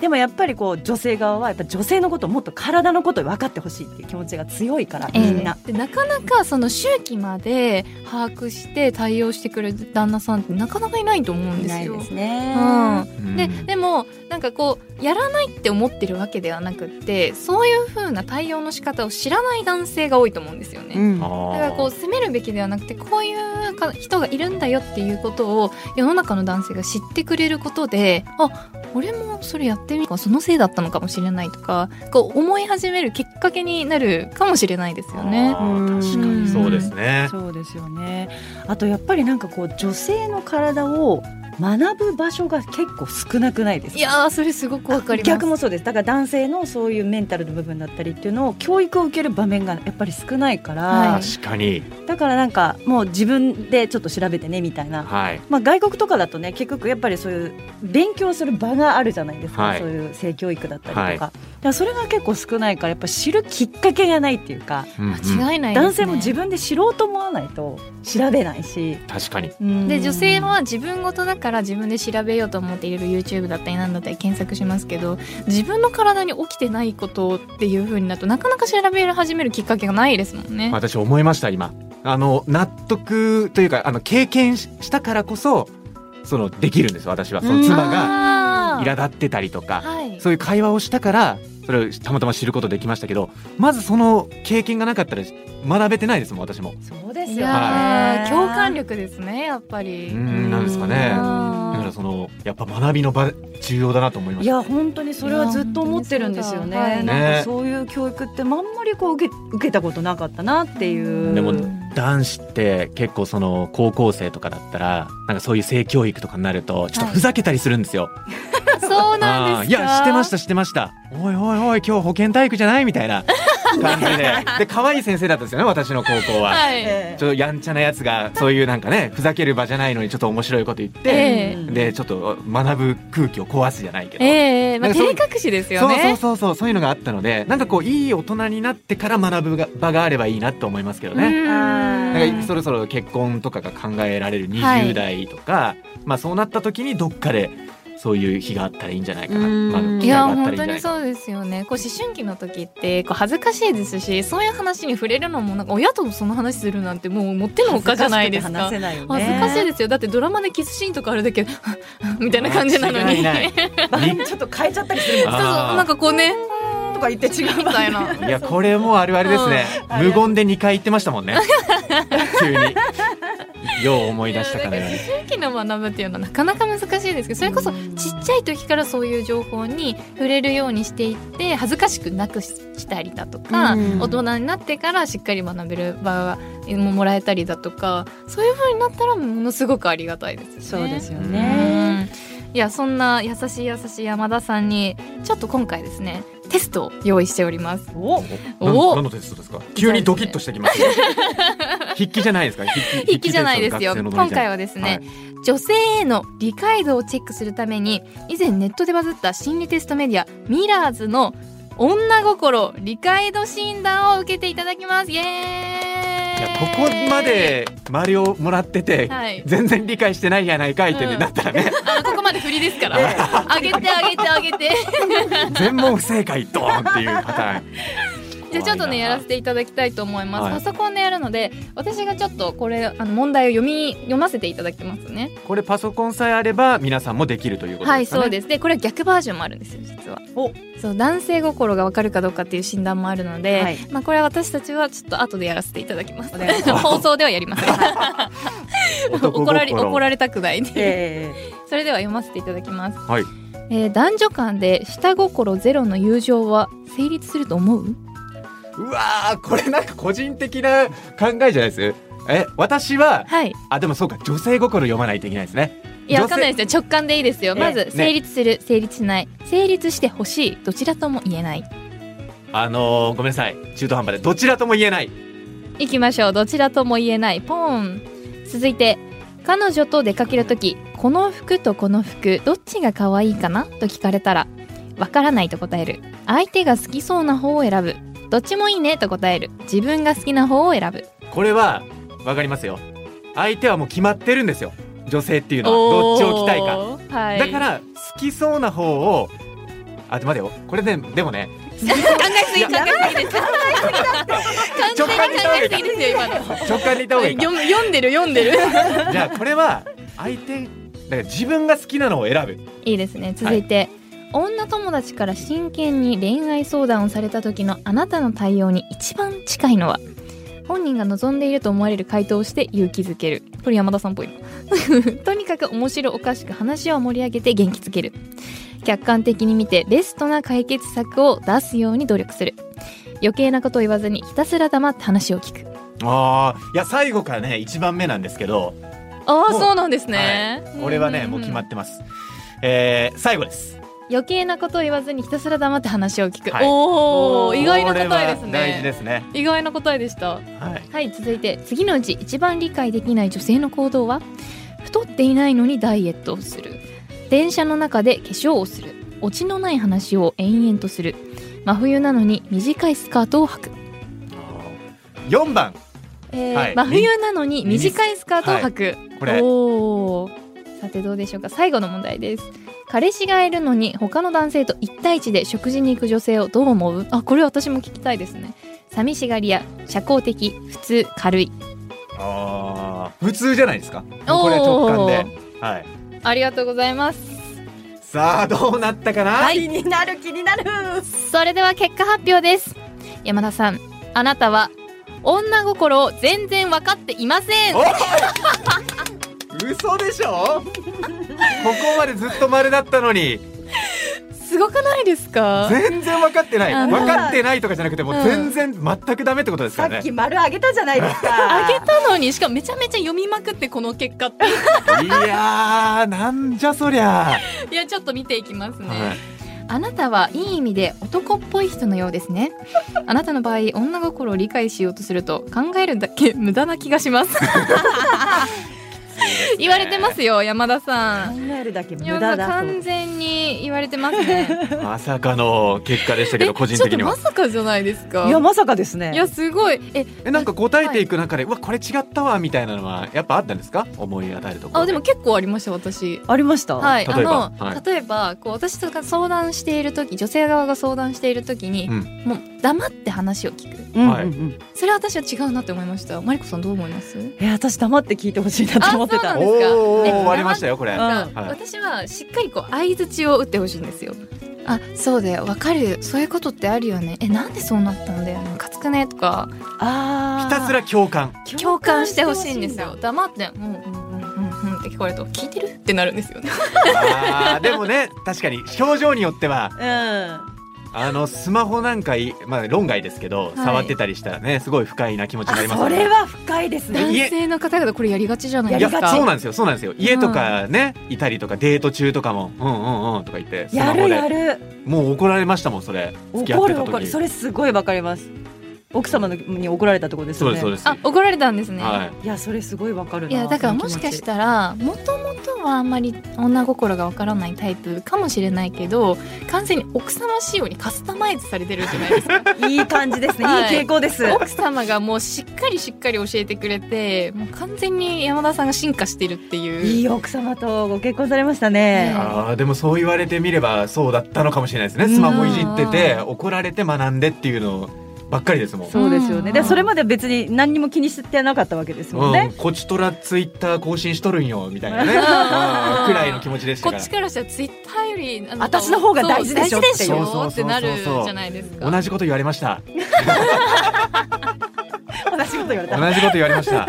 Speaker 3: でもやっぱりこう女性側はやっぱ女性のことをもっと体のことを分かってほしいっていう気持ちが強いからみんな、
Speaker 1: でなかなかその周期まで把握して対応してくれる旦那さんってなかなかいないと思うん
Speaker 3: い
Speaker 1: で
Speaker 3: な
Speaker 1: す
Speaker 3: い
Speaker 1: よ。
Speaker 3: ですね、
Speaker 1: うん
Speaker 2: ーうん
Speaker 1: ででもなんかこうやらないって思ってるわけではなくってそういう風な対応の仕方を知らない男性が多いと思うんですよね。
Speaker 3: うん
Speaker 2: あー
Speaker 1: だからこう責めるべきではなくてこういうか人がいるんだよっていうことを世の中の男性が知ってくれることであ俺もそれやってみるかそのせいだったのかもしれないとかこう思い始めるきっかけになるかもしれないですよね。
Speaker 2: あー確かにそうですね。
Speaker 3: そうですよねあとやっぱりなんかこう女性の体を学ぶ場所が結構少なくないですか
Speaker 1: いやーそれすごくわかります。
Speaker 3: 逆もそうですだから男性のそういうメンタルの部分だったりっていうのを教育を受ける場面がやっぱり少ないから、
Speaker 1: は
Speaker 2: 確かに、
Speaker 3: だからなんかもう自分でちょっと調べてねみたいな、
Speaker 2: はい、
Speaker 3: まあ、外国とかだとね結局やっぱりそういう勉強する場があるじゃないですか、
Speaker 2: はい
Speaker 3: そういう性教育だったりとか,、
Speaker 2: はい
Speaker 3: だからそれが結構少ないからやっぱ知るきっかけがないっていうか、
Speaker 2: うんうん
Speaker 1: 間違いないですね
Speaker 3: 男性も自分で知ろうと思わないと調べないし。
Speaker 2: 確かに、
Speaker 1: で
Speaker 3: で
Speaker 1: 女性は自分ごとだから自分で調べようと思っていろいろ YouTube だったり何だったり検索しますけど自分の体に起きてないことっていうふうになるとなかなか調べ始めるきっかけがないですもんね。
Speaker 2: 私思いました今あの納得というかあの経験ししたからこそそのできるんです私はその
Speaker 3: うん
Speaker 2: 妻が
Speaker 1: が
Speaker 2: 苛立ってたりとか
Speaker 1: はい、
Speaker 2: そういう会話をしたからそれをたまたま知ることできましたけどまずその経験がなかったら学べてないですもん私も
Speaker 3: そうです
Speaker 1: い
Speaker 3: よね、
Speaker 1: やー共感力ですねやっぱり。
Speaker 2: うんなんですかねだからそのやっぱ学びの場重要だなと思いま
Speaker 3: い
Speaker 2: した
Speaker 3: や本当にそれはずっと思ってるんですよ
Speaker 1: いや
Speaker 3: ね。
Speaker 1: 本当にそうだ
Speaker 2: はい
Speaker 3: なん
Speaker 2: ね
Speaker 3: かそういう教育ってまんまりこう受け受けたことなかったなっていう。
Speaker 2: でも
Speaker 1: うん
Speaker 2: 男子って結構その高校生とかだったらなんかそういう性教育とかになるとちょっとふざけたりするんですよ、
Speaker 1: そうなん
Speaker 2: あー
Speaker 1: で
Speaker 2: い
Speaker 1: すか。
Speaker 2: やしてましたしてましたおいおいおい今日保健体育じゃないみたいな感じ でで可愛い先生だったんですよね私の高校は、
Speaker 1: はい。
Speaker 3: え
Speaker 2: ちょっとやんちゃなやつがそういうなんかねふざける場じゃないのにちょっと面白いこと言っ
Speaker 1: え
Speaker 2: て、
Speaker 1: え
Speaker 3: うん
Speaker 2: でちょっと学ぶ空気を壊すじゃないけど、
Speaker 1: ええまあ、
Speaker 2: なんか
Speaker 1: 照
Speaker 2: そう
Speaker 1: れ隠しですよ
Speaker 2: そう
Speaker 1: ね。
Speaker 2: そうそうそうそういうのがあったのでなんかこういい大人になってから学ぶが場があればいいなと思いますけどね、
Speaker 1: うん
Speaker 3: あー
Speaker 2: なんかそろそろ結婚とかが考えられる
Speaker 1: はい
Speaker 2: 20代とか、まあそうなった時にどっかでそういう日があったらいいんじゃないかな、
Speaker 3: うん
Speaker 2: まあ、
Speaker 1: い
Speaker 2: 機会
Speaker 1: や
Speaker 2: があったらい
Speaker 1: 本
Speaker 2: いんじ
Speaker 1: 当
Speaker 2: ゃない
Speaker 1: に
Speaker 2: かな
Speaker 1: そうですよねこう思春期の時ってこう恥ずかしいですしそういう話に触れるのもなんか親ともその話するなんてもうもってのほかじゃないですか
Speaker 3: 恥ずかしくて話せないよね。
Speaker 1: 恥ずかしいですよだってドラマでキスシーンとかあるだけ どみたいな感じなの
Speaker 2: 間違
Speaker 1: に
Speaker 2: いない
Speaker 3: 場合にちょっと変えちゃったりするも
Speaker 1: そ
Speaker 3: ん
Speaker 1: うそう
Speaker 2: あー
Speaker 1: なんかこうね
Speaker 3: とか言って違う
Speaker 1: み
Speaker 3: 場合。
Speaker 1: たいない
Speaker 2: やこれもうあれあれですね、
Speaker 3: うん
Speaker 2: 無言で2回言ってましたもんね急によう思い出したかのよう
Speaker 1: い
Speaker 2: に
Speaker 1: やなん思春期の学ぶっていうのはなかなか難しいですけどそれこそちっちゃい時からそういう情報に触れるようにしていって恥ずかしくなくしたりだとか、
Speaker 3: うん
Speaker 1: 大人になってからしっかり学べる場がもらえたりだとかそういう風になったらものすごくありがたいですよね。
Speaker 3: そうですよ
Speaker 1: う
Speaker 3: ね。
Speaker 1: んいやそんな優しい優しい山田さんにちょっと今回ですねテストを用意しております。
Speaker 3: お、
Speaker 1: お
Speaker 2: 何のテストですか急にドキッとしてきますよ筆記じゃないですか筆記
Speaker 1: 筆記じゃないですよ今回はですね、女性への理解度をチェックするために以前ネットでバズった心理テストメディアミラーズの女心理解度診断を受けていただきますイエーイ
Speaker 2: いやここまで周りをもらってて、
Speaker 1: はい
Speaker 2: 全然理解してないやないかいって
Speaker 1: うん
Speaker 2: なったらね、
Speaker 1: あのここまで振りですからあげてあげてあげ て
Speaker 2: 全問不正解ドーンっていうパターン
Speaker 1: じゃあちょっとねやらせていただきたいと思います、
Speaker 2: はい
Speaker 1: パソコンでやるので私がちょっとこれあの問題を読み読ませていただきますね
Speaker 2: これパソコンさえあれば皆さんもできるということ
Speaker 1: は
Speaker 2: で
Speaker 1: い
Speaker 2: すかね
Speaker 1: そうですでこれは逆バージョンもあるんですよ実は
Speaker 3: お、
Speaker 1: そう男性心がわかるかどうかっていう診断もあるので、
Speaker 3: はい
Speaker 1: まあこれは私たちはちょっと後でやらせていただきます
Speaker 3: お願いします
Speaker 1: 放送ではやりません
Speaker 2: 男心
Speaker 1: 怒られ怒られたくないね
Speaker 3: え
Speaker 1: それでは読ませていただきます、
Speaker 2: はい
Speaker 1: えー男女間で下心ゼロの友情は成立すると思う
Speaker 2: うわーこれなんか個人的な考えじゃないですえ私は
Speaker 1: はい
Speaker 2: あでもそうか女性心読まないといけないですね
Speaker 1: いやわ
Speaker 2: 女性
Speaker 1: かんないですよ直感でいいですよ
Speaker 3: え
Speaker 1: まず
Speaker 2: ね
Speaker 1: 成立する成立しない成立してほしいどちらとも言えない
Speaker 2: あのー、ごめんなさい中途半端でどちらとも言えない
Speaker 1: 行きましょうどちらとも言えないポーン続いて彼女と出かける時この服とこの服どっちが可愛いかなと聞かれたらわからないと答える相手が好きそうな方を選ぶどっちもいいねと答える自分が好きな方を選ぶ
Speaker 2: これはわかりますよ相手はもう決まってるんですよ女性っていうのはど
Speaker 1: おー
Speaker 2: っちを着たいか
Speaker 1: はい、
Speaker 2: だから好きそうな方をあ待てよこれねでもね
Speaker 1: 考えすぎ
Speaker 2: いや
Speaker 1: 考えすぎです完全に考えすぎですよ今の
Speaker 2: 直感でいた方がいいか
Speaker 1: 読む読んでる読んでる
Speaker 2: じゃあこれは相手だから自分が好きなのを選ぶ
Speaker 1: いいですね続いて、女友達から真剣に恋愛相談をされた時のあなたの対応に一番近いのは本人が望んでいると思われる回答をして勇気づけるこれ山田さんっぽいな とにかく面白おかしく話を盛り上げて元気づける客観的に見てベストな解決策を出すように努力する余計なことを言わずにひたすら黙って話を聞く
Speaker 2: あーいや最後からね一番目なんですけど
Speaker 1: ああ
Speaker 2: もう
Speaker 1: そうなんです
Speaker 2: は
Speaker 1: ね、
Speaker 2: い、俺はねもう決まってます、えー、最後です
Speaker 1: 余計なことを言わずにひたすら黙って話を聞く、
Speaker 2: はい
Speaker 1: おお意外な答えです
Speaker 2: これは
Speaker 1: ね
Speaker 2: 大事ですね
Speaker 1: 意外な答えでした
Speaker 2: はい
Speaker 1: はい続いて次のうち一番理解できない女性の行動は太っていないのにダイエットをする電車の中で化粧をするオチのない話を延々とする真冬なのに短いスカートを履く、
Speaker 2: 4番
Speaker 1: えー
Speaker 2: はい
Speaker 1: 真冬なのに短いスカートを履く、
Speaker 2: これ
Speaker 1: おおさてどうでしょうか最後の問題です彼氏がいるのに他の男性と一対一で食事に行く女性をどう思うあこれ私も聞きたいですね寂しがり屋社交的普通軽い
Speaker 2: あー普通じゃないですかこれ直感ではい
Speaker 1: ありがとうございます
Speaker 2: さあどうなったかな、
Speaker 3: 気になる気になる
Speaker 1: それでは結果発表です山田さんあなたは女心を全然分かっていません
Speaker 2: おい嘘でしょここまでずっと丸だったのに
Speaker 1: すごくないですか
Speaker 2: 全然分かってな
Speaker 1: あ
Speaker 2: い
Speaker 1: の
Speaker 2: 分かってないとかじゃなくてもううん全然全くダメってことです
Speaker 3: さ
Speaker 2: から
Speaker 3: っき
Speaker 2: ね
Speaker 3: 丸あげたじゃないですか
Speaker 1: あげたのにしかもめちゃめちゃ読みまくってこの結果って
Speaker 2: いやーなんじゃそりゃ、はい
Speaker 1: やちょっと見ていきますね、あなたはいい意味で男っぽい人のようです ね。あなたの場合、女心を理解しようとすると考えるだけ無駄な気がし ます。言われてますよ、山田さん。
Speaker 3: 考えるだけ無
Speaker 1: いや
Speaker 3: 駄
Speaker 1: もう
Speaker 3: だと
Speaker 1: 完全に言われてますね。
Speaker 2: い、まさかの結果で したけ
Speaker 1: え
Speaker 2: ど個人的には
Speaker 1: ちょっとまさかじゃないですか。
Speaker 3: いやまさかですね
Speaker 1: いやすごい。え、
Speaker 2: えなんか答えていく中で、うわこれ違ったわみたいなのはやっぱあったんですか思い当たるところ
Speaker 1: あでも結構ありました私。
Speaker 3: ありました、
Speaker 1: はい、
Speaker 2: 例えば
Speaker 1: あの、
Speaker 2: はい
Speaker 1: 例えばこう私とか相談している時女性側が相談している時に、
Speaker 2: うん
Speaker 1: もう黙って話を聞く
Speaker 3: うんうんうん
Speaker 2: はい
Speaker 1: それは私は違うなって思いましたマリコさんどう思います
Speaker 3: いや私黙って聞いてほしいなと思って
Speaker 1: あそ
Speaker 3: た
Speaker 1: うなんですか
Speaker 2: おー
Speaker 1: え
Speaker 2: 終わりましたよこれ、
Speaker 3: うん
Speaker 1: なんか
Speaker 2: はい
Speaker 1: 私はしっかりこう相槌を打ってほしいんですよ。あそうだよわかるそういうことってあるよねえなんでそうなったんだよムカつくねとか
Speaker 3: あー
Speaker 2: ひたすら共感
Speaker 1: 共感してほしいんですよ
Speaker 3: 共感して
Speaker 1: 黙って「うんうんうんうんうん」って聞こえると「聞いてる?」ってなるんですよね。
Speaker 2: あーでもね確かに表情によっては
Speaker 3: ほしいんだ
Speaker 2: あのスマホなんかい、まあ、論外ですけど、
Speaker 1: い
Speaker 2: 触ってたりしたらねすごい不快な気持ちになり
Speaker 3: うん
Speaker 2: ま
Speaker 3: あ
Speaker 2: すよ
Speaker 3: そ
Speaker 2: ね
Speaker 3: れは深いですね
Speaker 1: 男性の方々これやりがちじゃない
Speaker 2: い
Speaker 1: で
Speaker 2: や
Speaker 1: すか。
Speaker 2: そうなんですよそうなんですよ家とかね、いたりとかデート中とかもうんうんうんとか言ってス
Speaker 3: や
Speaker 2: マ
Speaker 3: る
Speaker 2: ホ
Speaker 3: や
Speaker 2: で
Speaker 3: る
Speaker 2: もう怒られましたもんそれ付き合っ
Speaker 3: 怒
Speaker 2: て
Speaker 3: る
Speaker 2: た
Speaker 3: 怒
Speaker 2: 時
Speaker 3: るそれすごいわかります奥様のに怒られたところです
Speaker 2: そ
Speaker 3: よ
Speaker 2: うで
Speaker 3: ね
Speaker 2: すそうです
Speaker 1: あ怒られたんですね。
Speaker 2: はい
Speaker 3: いやそれすごいわかるない
Speaker 1: やだからもしかしたらもともとはあんまり女心がわからないタイプかもしれないけど完全に奥様仕様にカスタマイズされてるじゃないですか
Speaker 3: らいい感じです ねいい
Speaker 1: はい
Speaker 3: 傾向です、
Speaker 1: 奥様がもうしっかりしっかり教えてくれてもう完全に山田さんが進化してるって
Speaker 3: い
Speaker 1: いう
Speaker 3: い奥様とご結婚されましたね
Speaker 1: ね
Speaker 2: あーでもそう言われてみればそうだったのかもしれないですねスマホいじってて怒られて学んでっていうのばっかりですもん
Speaker 3: そうですよ
Speaker 1: う
Speaker 3: ね
Speaker 1: ん
Speaker 3: でそれまで別に何にも気にしてなかったわけですもん
Speaker 2: うん
Speaker 3: ね、、
Speaker 2: こちとらツイッター更新しとるんよみたいな ね、
Speaker 1: うん
Speaker 2: うんくらいの気持ちでした
Speaker 1: こ
Speaker 2: か
Speaker 1: っ
Speaker 2: ら
Speaker 1: ち。からしたらツイッターよりあ
Speaker 3: 私の方が大事でしょ
Speaker 1: そう大事でし
Speaker 2: っていうそうそ
Speaker 1: ょ
Speaker 2: う
Speaker 1: っ
Speaker 2: そうそ
Speaker 1: て
Speaker 2: う
Speaker 1: なるじゃないですか
Speaker 2: 同じこと言われました。
Speaker 3: 同じこと言われ
Speaker 2: 同
Speaker 3: た
Speaker 2: じこと言われ ました。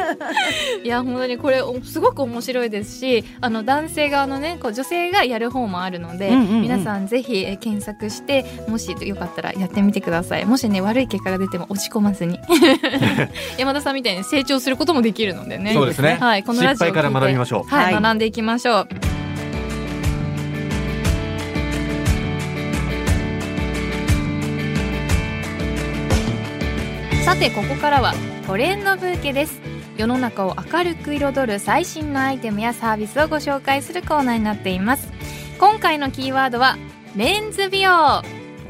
Speaker 1: いや本当にこれおすごく面白いですしあの男性側のねこう女性がやる方もあるので、
Speaker 3: うんうんうん
Speaker 1: 皆さんぜひえー検索してもしよかったらやってみてくださいもしね悪い結果が出ても落ち込まず に山田さんみたいに成長することもできるのでね
Speaker 2: そうですね
Speaker 1: はい、このラジオを聞いて
Speaker 2: 失敗から学びましょう
Speaker 1: はい、
Speaker 3: はい
Speaker 1: 学んでいきましょうさてここからはトレンドブーケです世の中を明るく彩る最新のアイテムやサービスをご紹介するコーナーになっています今回のキーワードはメンズ美容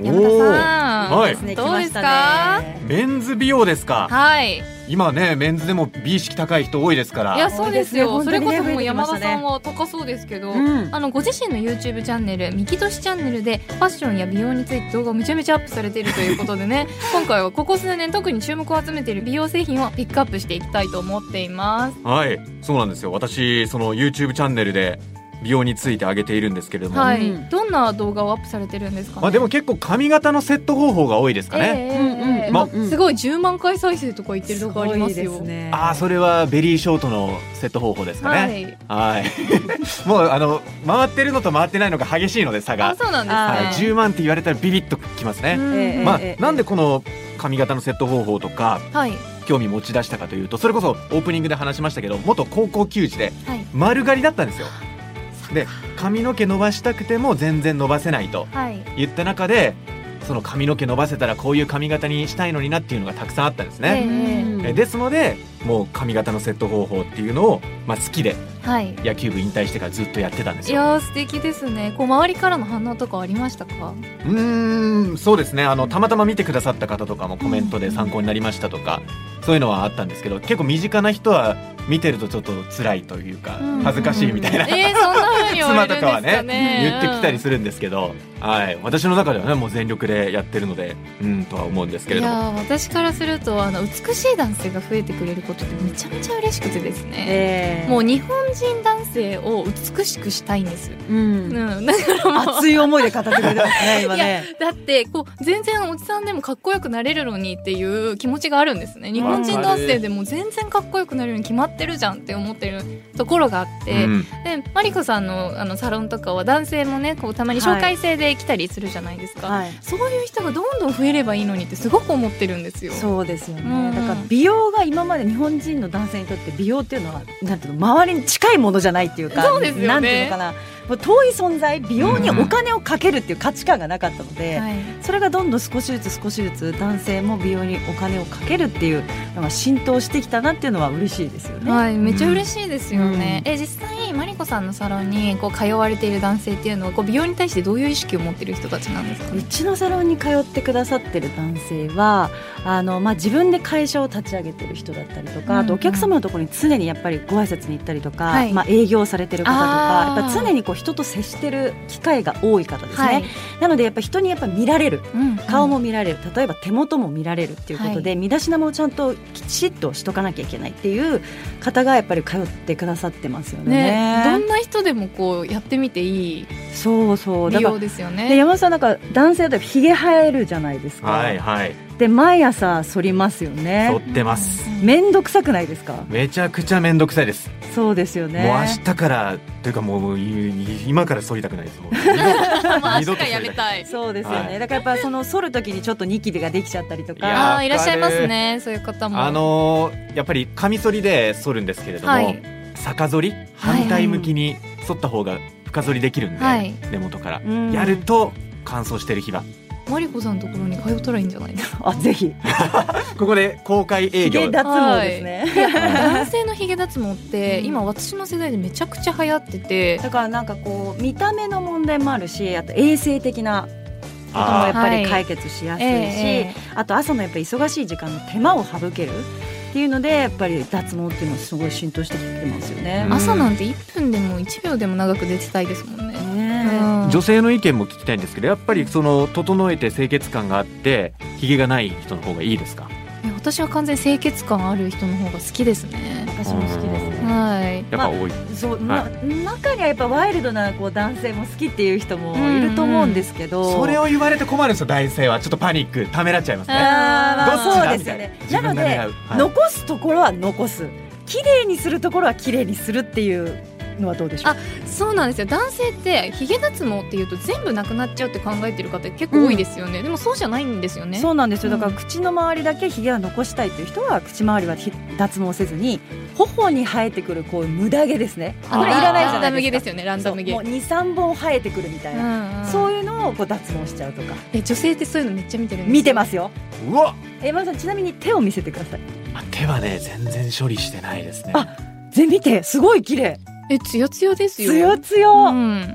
Speaker 1: 山田さん、
Speaker 2: おーはい
Speaker 3: ですね
Speaker 1: どうです
Speaker 3: 来ま
Speaker 1: か
Speaker 3: したね
Speaker 2: メンズ美容ですか、
Speaker 1: はいい
Speaker 2: 今ねメンズでも美意識高い人多いですから
Speaker 1: やそうですよ
Speaker 3: 本
Speaker 1: そ
Speaker 3: 当
Speaker 1: れ
Speaker 3: にね
Speaker 1: こそ
Speaker 3: 増え
Speaker 1: もう
Speaker 3: てき
Speaker 1: 山
Speaker 3: ました
Speaker 1: 田
Speaker 3: ね
Speaker 1: さんは高そうですけど、
Speaker 3: うん
Speaker 1: あのご自身の YouTube チャンネル「ミキトシチャンネル」でファッションや美容について動画をめちゃめちゃアップされているということで ね今回はここ数年特に注目を集めている美容製品をピックアップしていきたいと思っています。
Speaker 2: はいそうなんですよ私その YouTube チャンネルで美容についてあげているんですけれども、
Speaker 1: はい、
Speaker 3: うん
Speaker 1: どんな動画をアップされてるんですか、ね
Speaker 2: まあ、でも結構髪型のセット方法が多いですかね、
Speaker 1: ええええええ
Speaker 3: うんうん
Speaker 2: ま
Speaker 1: うんすごい10万回再生とか言ってる動画ありますよ。
Speaker 3: ごいですね
Speaker 2: ああそれはベリーショートのセット方法ですか
Speaker 1: は
Speaker 2: ね
Speaker 1: い、
Speaker 2: はい もうあの回ってるのと回ってないのが激しいので差
Speaker 1: あ
Speaker 2: が、
Speaker 1: そうなん
Speaker 2: はい、
Speaker 1: ですね。
Speaker 2: 10万って言われたらビビッときますね、
Speaker 1: うん
Speaker 2: まあ
Speaker 3: ええ
Speaker 2: なんでこの髪型のセット方法とか
Speaker 1: はい、
Speaker 2: 興味持ち出したかというとそれこそオープニングで話しましたけど元高校球児で
Speaker 1: はい
Speaker 2: 丸刈りだったんですよで髪の毛伸ばしたくても全然伸ばせないと
Speaker 1: はい
Speaker 2: 言った中でその髪の毛伸ばせたらこういう髪型にしたいのになっていうのがたくさんあったんですね、
Speaker 1: え
Speaker 2: えですのでもう髪型のセット方法っていうのを、まあ、好きで
Speaker 1: はい
Speaker 2: 野球部引退してからずっとやってたんです
Speaker 1: い
Speaker 2: よ
Speaker 1: やー素敵ですね。こう周りからの反応とかありました か？
Speaker 2: うーんそうですねあのたまたま見てくださった方とかもコメントで参考になりましたとか、そういうのはあったんですけど結構身近な人は見てるとちょっと辛いというか
Speaker 1: うん
Speaker 2: 恥ずかしいみた いな、
Speaker 1: えー、そんな風に言われる
Speaker 2: 妻と
Speaker 1: んです
Speaker 2: かは
Speaker 1: か
Speaker 2: ね
Speaker 1: ね。
Speaker 2: 言ってきたりするんですけど、はい、私の中ではねもう全力でやってるのでうんとは思うんですけれ
Speaker 1: い
Speaker 2: ども
Speaker 1: やー私からするとあの美しい男性が増えてくれることってめちゃめちゃ嬉しくてですね、
Speaker 3: ええ
Speaker 1: もう日本人男性を美しくしたいんです、
Speaker 3: うん
Speaker 1: うん、だからもう
Speaker 3: 熱い思いで語ってくれてま すね今ね
Speaker 1: だってこう全然おじさんでもかっこよくなれるのにっていう気持ちがあるんですね日本人男性でも全然かっこよくなれるに決まってるじゃんって思ってるところがあって、
Speaker 2: うん
Speaker 1: でマリコさんのあのサロンとかは男性もねこうたまに紹介制で来たりするじゃないですか、
Speaker 3: はい
Speaker 1: そういう人がどんどん増えればいいのにってすごく思ってるんですよ。
Speaker 3: そうですよね、
Speaker 1: うん
Speaker 3: だから美容が今まで日本人の男性にとって美容っていうのはなんていうの周りに近いものじゃないっていうか
Speaker 1: そうですよね
Speaker 3: なんていうのかなもう遠い存在美容にお金をかけるっていう価値観がなかったので、
Speaker 1: はい
Speaker 3: それがどんどん少しずつ少しずつ男性も美容にお金をかけるっていうのが浸透してきたなっていうのは嬉しいですよね。
Speaker 1: はい、めっちゃ嬉しいですよね。え、実際、マリコさんのサロンに、こう通われている男性っていうのは、こう美容に対してどういう意識を持ってる人たちなんですか
Speaker 3: う
Speaker 1: ね。
Speaker 3: ちのサロンに通ってくださってる男性はあの、まあ、自分で会社を立ち上げてる人だったりとか、
Speaker 1: う
Speaker 3: あ
Speaker 1: んう
Speaker 3: と
Speaker 1: ん
Speaker 3: お客様のところに常にやっぱりご挨拶に行ったりとか、
Speaker 1: はい
Speaker 3: まあ、営業されてる方と
Speaker 1: あ
Speaker 3: か
Speaker 1: ー
Speaker 3: やっぱ常にこう人と接してる機会が多い方ですね、
Speaker 1: はい、
Speaker 3: なのでやっぱ人にやっぱ見られる
Speaker 1: うん
Speaker 3: 顔も見られる、例えば手元も見られるっていうことで、身だしなみをちゃんときちっとしとかなきゃいけないっていう方がやっぱり通ってくださってますよ
Speaker 1: ね
Speaker 3: ね。
Speaker 1: どんな人でも、こうやってみていい
Speaker 3: そうそうだ
Speaker 1: 美
Speaker 3: から
Speaker 1: 容ですよ
Speaker 3: で
Speaker 1: ね。
Speaker 3: 山本さんなんか男性だとひげ生えるじゃないですか、
Speaker 2: はいはい
Speaker 3: で毎朝剃りますよ
Speaker 2: 剃
Speaker 3: ね
Speaker 2: ってます、
Speaker 3: めんどくさくないですか
Speaker 2: めちゃくちゃめんどくさいです、
Speaker 3: そうですよね
Speaker 2: もう明日からというかもうもうい今から剃りたくないです もう
Speaker 1: まあ、
Speaker 2: 二
Speaker 1: 明
Speaker 2: 度
Speaker 1: 日
Speaker 2: と
Speaker 1: やりたい。
Speaker 3: そうですよね、
Speaker 2: はい
Speaker 3: だからやっぱその剃る時にちょっとニキビができちゃったりと
Speaker 2: いや
Speaker 3: か
Speaker 2: ー
Speaker 1: ああ、いらっしゃいますね、そういう方も。
Speaker 2: あのーやっぱりカミソリで剃るんですけれども、
Speaker 1: はい
Speaker 2: 逆剃り反対向きに剃った方が深剃りできるんで、
Speaker 1: はい
Speaker 2: 根元から、
Speaker 3: うん
Speaker 2: やると乾燥してる日が
Speaker 1: マリコさんのところに通ったらいいんじゃない ですか。
Speaker 3: あぜひ
Speaker 2: ここで公開営
Speaker 3: ひ
Speaker 2: 業
Speaker 3: げ脱毛ですね、
Speaker 1: 男性のヒゲ脱毛って、
Speaker 3: うん
Speaker 1: 今私の世代でめちゃくちゃ流行ってて。
Speaker 3: だからなんかこう見た目の問題もあるしあと衛生的なこともやっ
Speaker 2: あ
Speaker 3: ぱ
Speaker 1: はい
Speaker 3: り解決しやすいし、
Speaker 1: ええ
Speaker 3: あと朝のやっぱり忙しい時間の手間を省けるっていうのでやっぱり脱毛っていうのはすごい浸透してきてますよね。
Speaker 1: 朝なんて1分でも1秒でも長く出てたいですもんね。
Speaker 3: ねえ
Speaker 2: ー女性の意見も聞きたいんですけどやっぱりその整えて清潔感があってひげがない人の方がいいですか
Speaker 1: いや私は完全に清潔感ある人の方が好きですね。
Speaker 3: 私も好きですね。
Speaker 1: はい。
Speaker 2: やっぱ多い、
Speaker 3: そう、
Speaker 2: は
Speaker 3: ま、中にはやっぱワイルドなこう男性も好きっていう人もいると思うんですけど、
Speaker 2: それ
Speaker 3: を
Speaker 2: を言われて困るんですよ男性はちょっとパニックためらっちゃいますね
Speaker 1: あー
Speaker 2: どっち
Speaker 3: そう
Speaker 2: だ
Speaker 3: ですよね
Speaker 2: みた
Speaker 3: ない
Speaker 2: な
Speaker 3: ので、
Speaker 2: 自分が狙うはい
Speaker 3: 残すところは残す綺麗にするところは綺麗にするっていうのはどうでしょう
Speaker 1: そうなんですよ。男性ってヒゲ脱毛っていうと全部なくなっちゃうって考えてる方結構多いですよね。でもそうじゃないんですよね。
Speaker 3: そうなんですよ
Speaker 1: う
Speaker 3: だ
Speaker 1: ん
Speaker 3: から口の周りだけひげは残したいという人は口周りはひ脱毛せずに頬に生えてくるこういう無駄毛ですね
Speaker 1: あの
Speaker 3: これいらないじゃないですか
Speaker 1: ランダム毛です
Speaker 3: そ
Speaker 1: よ
Speaker 3: う
Speaker 1: ね。
Speaker 3: もう23本生えてくるみたい
Speaker 1: ランダム毛。
Speaker 3: な、
Speaker 1: うんうん
Speaker 3: そういうのをこう脱毛しちゃうとか
Speaker 1: え女性ってそういうのめっちゃ見てるんですよ
Speaker 3: 見てますよ
Speaker 2: うわ
Speaker 3: えまさんちなみに手を見せてください
Speaker 2: まあ、手はね全然処理してないですね
Speaker 3: あ全見てすごい綺麗
Speaker 1: えつよつよですよ
Speaker 3: つよつ
Speaker 1: う
Speaker 3: よ、
Speaker 1: ん、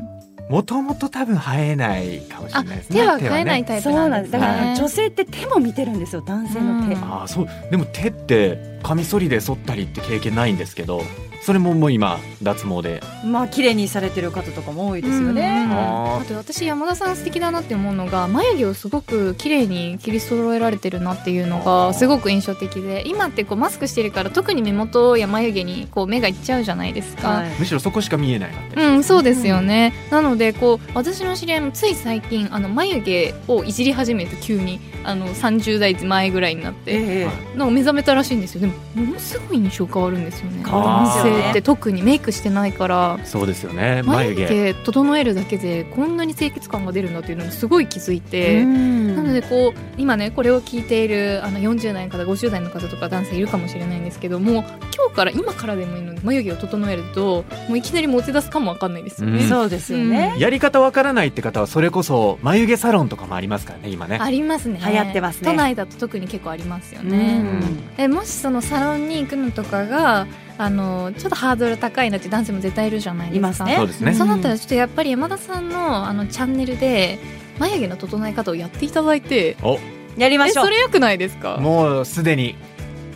Speaker 2: もともと多分生えないかもしれ
Speaker 1: あ
Speaker 2: ないですね
Speaker 1: 手は変えない
Speaker 2: 手
Speaker 1: タイプ
Speaker 3: そう
Speaker 1: な
Speaker 3: なん
Speaker 1: んで
Speaker 3: で
Speaker 1: すす
Speaker 3: だ
Speaker 1: ね
Speaker 3: から女性って手も見てるんですよ男性の手、
Speaker 1: うん
Speaker 2: はねあーそうでも手ってカミソリで剃ったりって経験ないんですけどそれももう今脱毛で
Speaker 3: まあ綺麗にされてる方とかも多いですよ
Speaker 1: うん
Speaker 3: ね、
Speaker 2: あー
Speaker 1: あと私山田さん素敵だなって思うのが眉毛をすごく綺麗に切り揃えられてるなっていうの
Speaker 2: あー
Speaker 1: がすごく印象的で今ってこうマスクしてるから特に目元や眉毛にこう目がいっちゃうじゃないですか、
Speaker 3: はい
Speaker 2: むしろそこしか見えないかったり
Speaker 1: うん、そうですよね、なのでこう私の知り合いもつい最近あの眉毛をいじり始めて急にあの30代前ぐらいになって、
Speaker 3: ええ
Speaker 2: はい
Speaker 1: なんか目覚めたらしいんですよでもものすごい印象変わるんですよね
Speaker 3: 変
Speaker 2: わりますよね
Speaker 1: 女性って特にメイクしてないから
Speaker 2: そうですよね眉
Speaker 1: 眉毛
Speaker 2: 毛
Speaker 1: 整えるだけでこんなに清潔感が出るんだっていうのにすごい気づいて、
Speaker 3: うん
Speaker 1: なのでこう今ねこれを聞いているあの40代の方50代の方とか男性いるかもしれないんですけども今日から今からでもいいので眉毛を整えるともういきなり持ち出すかもわかんないですよね。
Speaker 2: うん
Speaker 3: そうですよね、
Speaker 2: やり方わからないって方はそれこそ眉毛サロンとかもありますからね今ね
Speaker 1: ありますね
Speaker 3: 流行ってますね
Speaker 1: 都内だと特に結構ありますよ
Speaker 3: うん
Speaker 1: ね、
Speaker 2: ん
Speaker 1: えもしそのサロンに行くのとかがあのちょっとハードル高いなって男性も絶対いるじゃないですか
Speaker 3: いますね
Speaker 2: そうですね
Speaker 1: そうなったらちょっとやっぱり山田さんのあのチャンネルで眉毛の整え方をやっていただいて
Speaker 2: お
Speaker 3: やりま
Speaker 1: え
Speaker 3: しょう
Speaker 1: それよくないですか
Speaker 2: もうすでに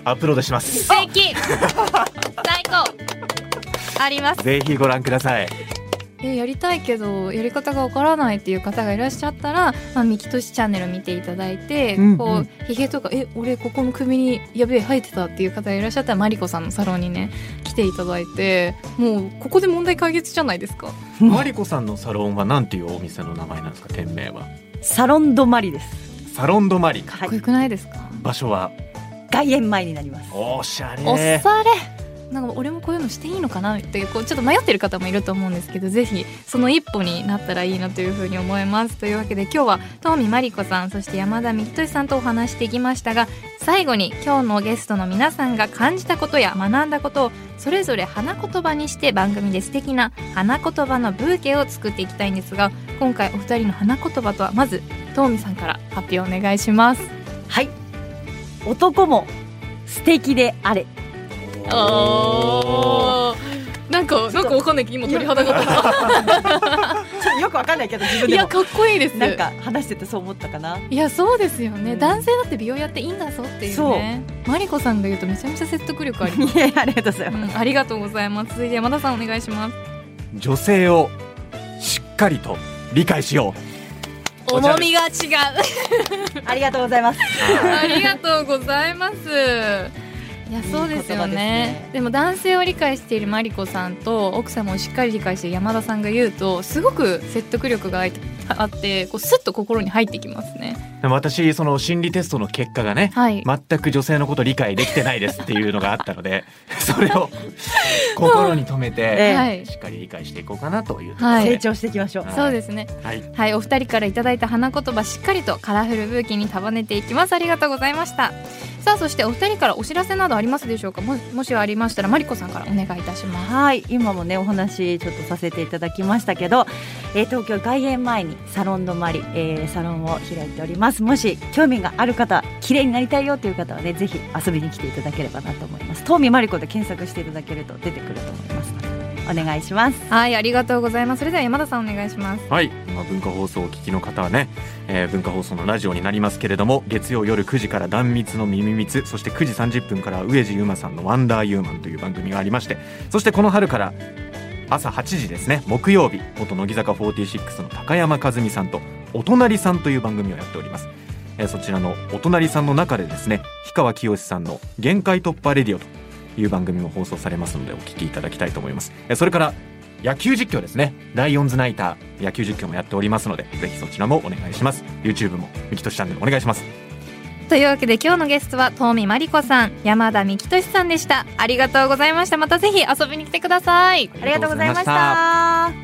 Speaker 2: アップロードします
Speaker 1: 素敵最高あります
Speaker 2: ぜひご覧ください
Speaker 1: えやりたいけどやり方がわからないっていう方がいらっしゃったら「まあ、ミキトシチャンネル」を見ていただいて、
Speaker 2: うんう
Speaker 1: こ
Speaker 2: ん
Speaker 1: うひげとか「え俺ここの首にやべえ生えてた」っていう方がいらっしゃったらマリコさんのサロンにね来ていただいてもうここで問題解決じゃないですか
Speaker 2: マリコさんのサロンはなんていうお店の名前なんですか店名は
Speaker 3: サロンドマリです
Speaker 2: サロンドマリ
Speaker 1: かっこよくないですか、
Speaker 2: 場所は
Speaker 3: 外苑前になります
Speaker 2: おしゃれ
Speaker 1: おっされなんか俺もこういうのしていいのかなってこうちょっと迷ってる方もいると思うんですけどぜひその一歩になったらいいなというふうに思いますというわけで今日は東美真理子さんそして山田幹俊さんとお話してきましたが最後に今日のゲストの皆さんが感じたことや学んだことをそれぞれ花言葉にして番組で素敵な花言葉のブーケを作っていきたいんですが今回お二人の花言葉とはまず東美さんから発表お願いします。
Speaker 3: はい男も素敵であれ
Speaker 1: あーなんかなんかわかんないけど今鳥肌が立っ
Speaker 3: ちょっとよくわかんないけど自
Speaker 1: た
Speaker 3: 分
Speaker 1: い
Speaker 3: で
Speaker 1: や
Speaker 3: も
Speaker 1: かっこいいです
Speaker 3: なんか話しててそう思ったかない
Speaker 1: やそうですよね、
Speaker 3: うん
Speaker 1: 男性だって美容やっていいんだぞっていうねマリコさんが言うとめちゃめちゃ説得力あります、
Speaker 3: いやありがとうございます、
Speaker 1: うんありがとうございます続いて山田さんお願いします
Speaker 2: 女性をしっかりと理解しよお茶
Speaker 1: 重みが違う
Speaker 3: ありがとうございます
Speaker 1: ありがとうございますいやそうですよね
Speaker 3: いい言葉ですね
Speaker 1: でも男性を理解しているマリコさんと奥様をしっかり理解している山田さんが言うとすごく説得力があってこうスッと心に入ってきますね
Speaker 2: うでも私その心理テストの結果がね
Speaker 1: はい
Speaker 2: 全く女性のこと理解できてないですっていうのがあったので それを心に留め て
Speaker 3: え
Speaker 1: はい
Speaker 2: しっかり理解していこうかなというところで、
Speaker 1: は
Speaker 3: 成
Speaker 1: い
Speaker 3: 長していきましょう
Speaker 2: はい
Speaker 1: そうですね。
Speaker 2: はい
Speaker 1: はい、お二人からいただいた花言葉しっかりとカラフルブーケに束ねていきます。ありがとうございました。さあ、そしてお二人からお知らせなどありますでしょうか。ももしありましたらマリコさんからお願いいたします。
Speaker 3: はい今もねお話ちょっとさせていただきましたけど、えー東京外苑前にサロン止まり、えーサロンを開いておりますもし興味がある方綺麗になりたいよという方はねぜひ遊びに来ていただければなと思います東美真理子で検索していただけると出てくると思いますのでお願いします
Speaker 1: はい、ありがとうございます。それでは山田さんお願いします。
Speaker 2: はい、まあ、文化放送をお聞きの方はね、えー文化放送のラジオになりますけれども月曜夜9時から「断密の耳密」そして9時30分からは上地雄馬さんの「ワンダーユーマン」という番組がありましてそしてこの春から朝8時ですね木曜日元乃木坂46の高山和美さんと「お隣さん」という番組をやっております。えーそちらの「お隣さん」の中でですね氷川きよしさんの「限界突破レディオ」という番組も放送されますのでお聞きいただきたいと思います。えーそれから野球実況ですねライオンズナイター野球実況もやっておりますのでぜひそちらもお願いします YouTube もミキトシチャンネルお願いします
Speaker 1: というわけで今日のゲストは東美真理子さん、山田幹俊さんでした。ありがとうございました。またぜひ遊びに来てください。
Speaker 3: ありがとうございました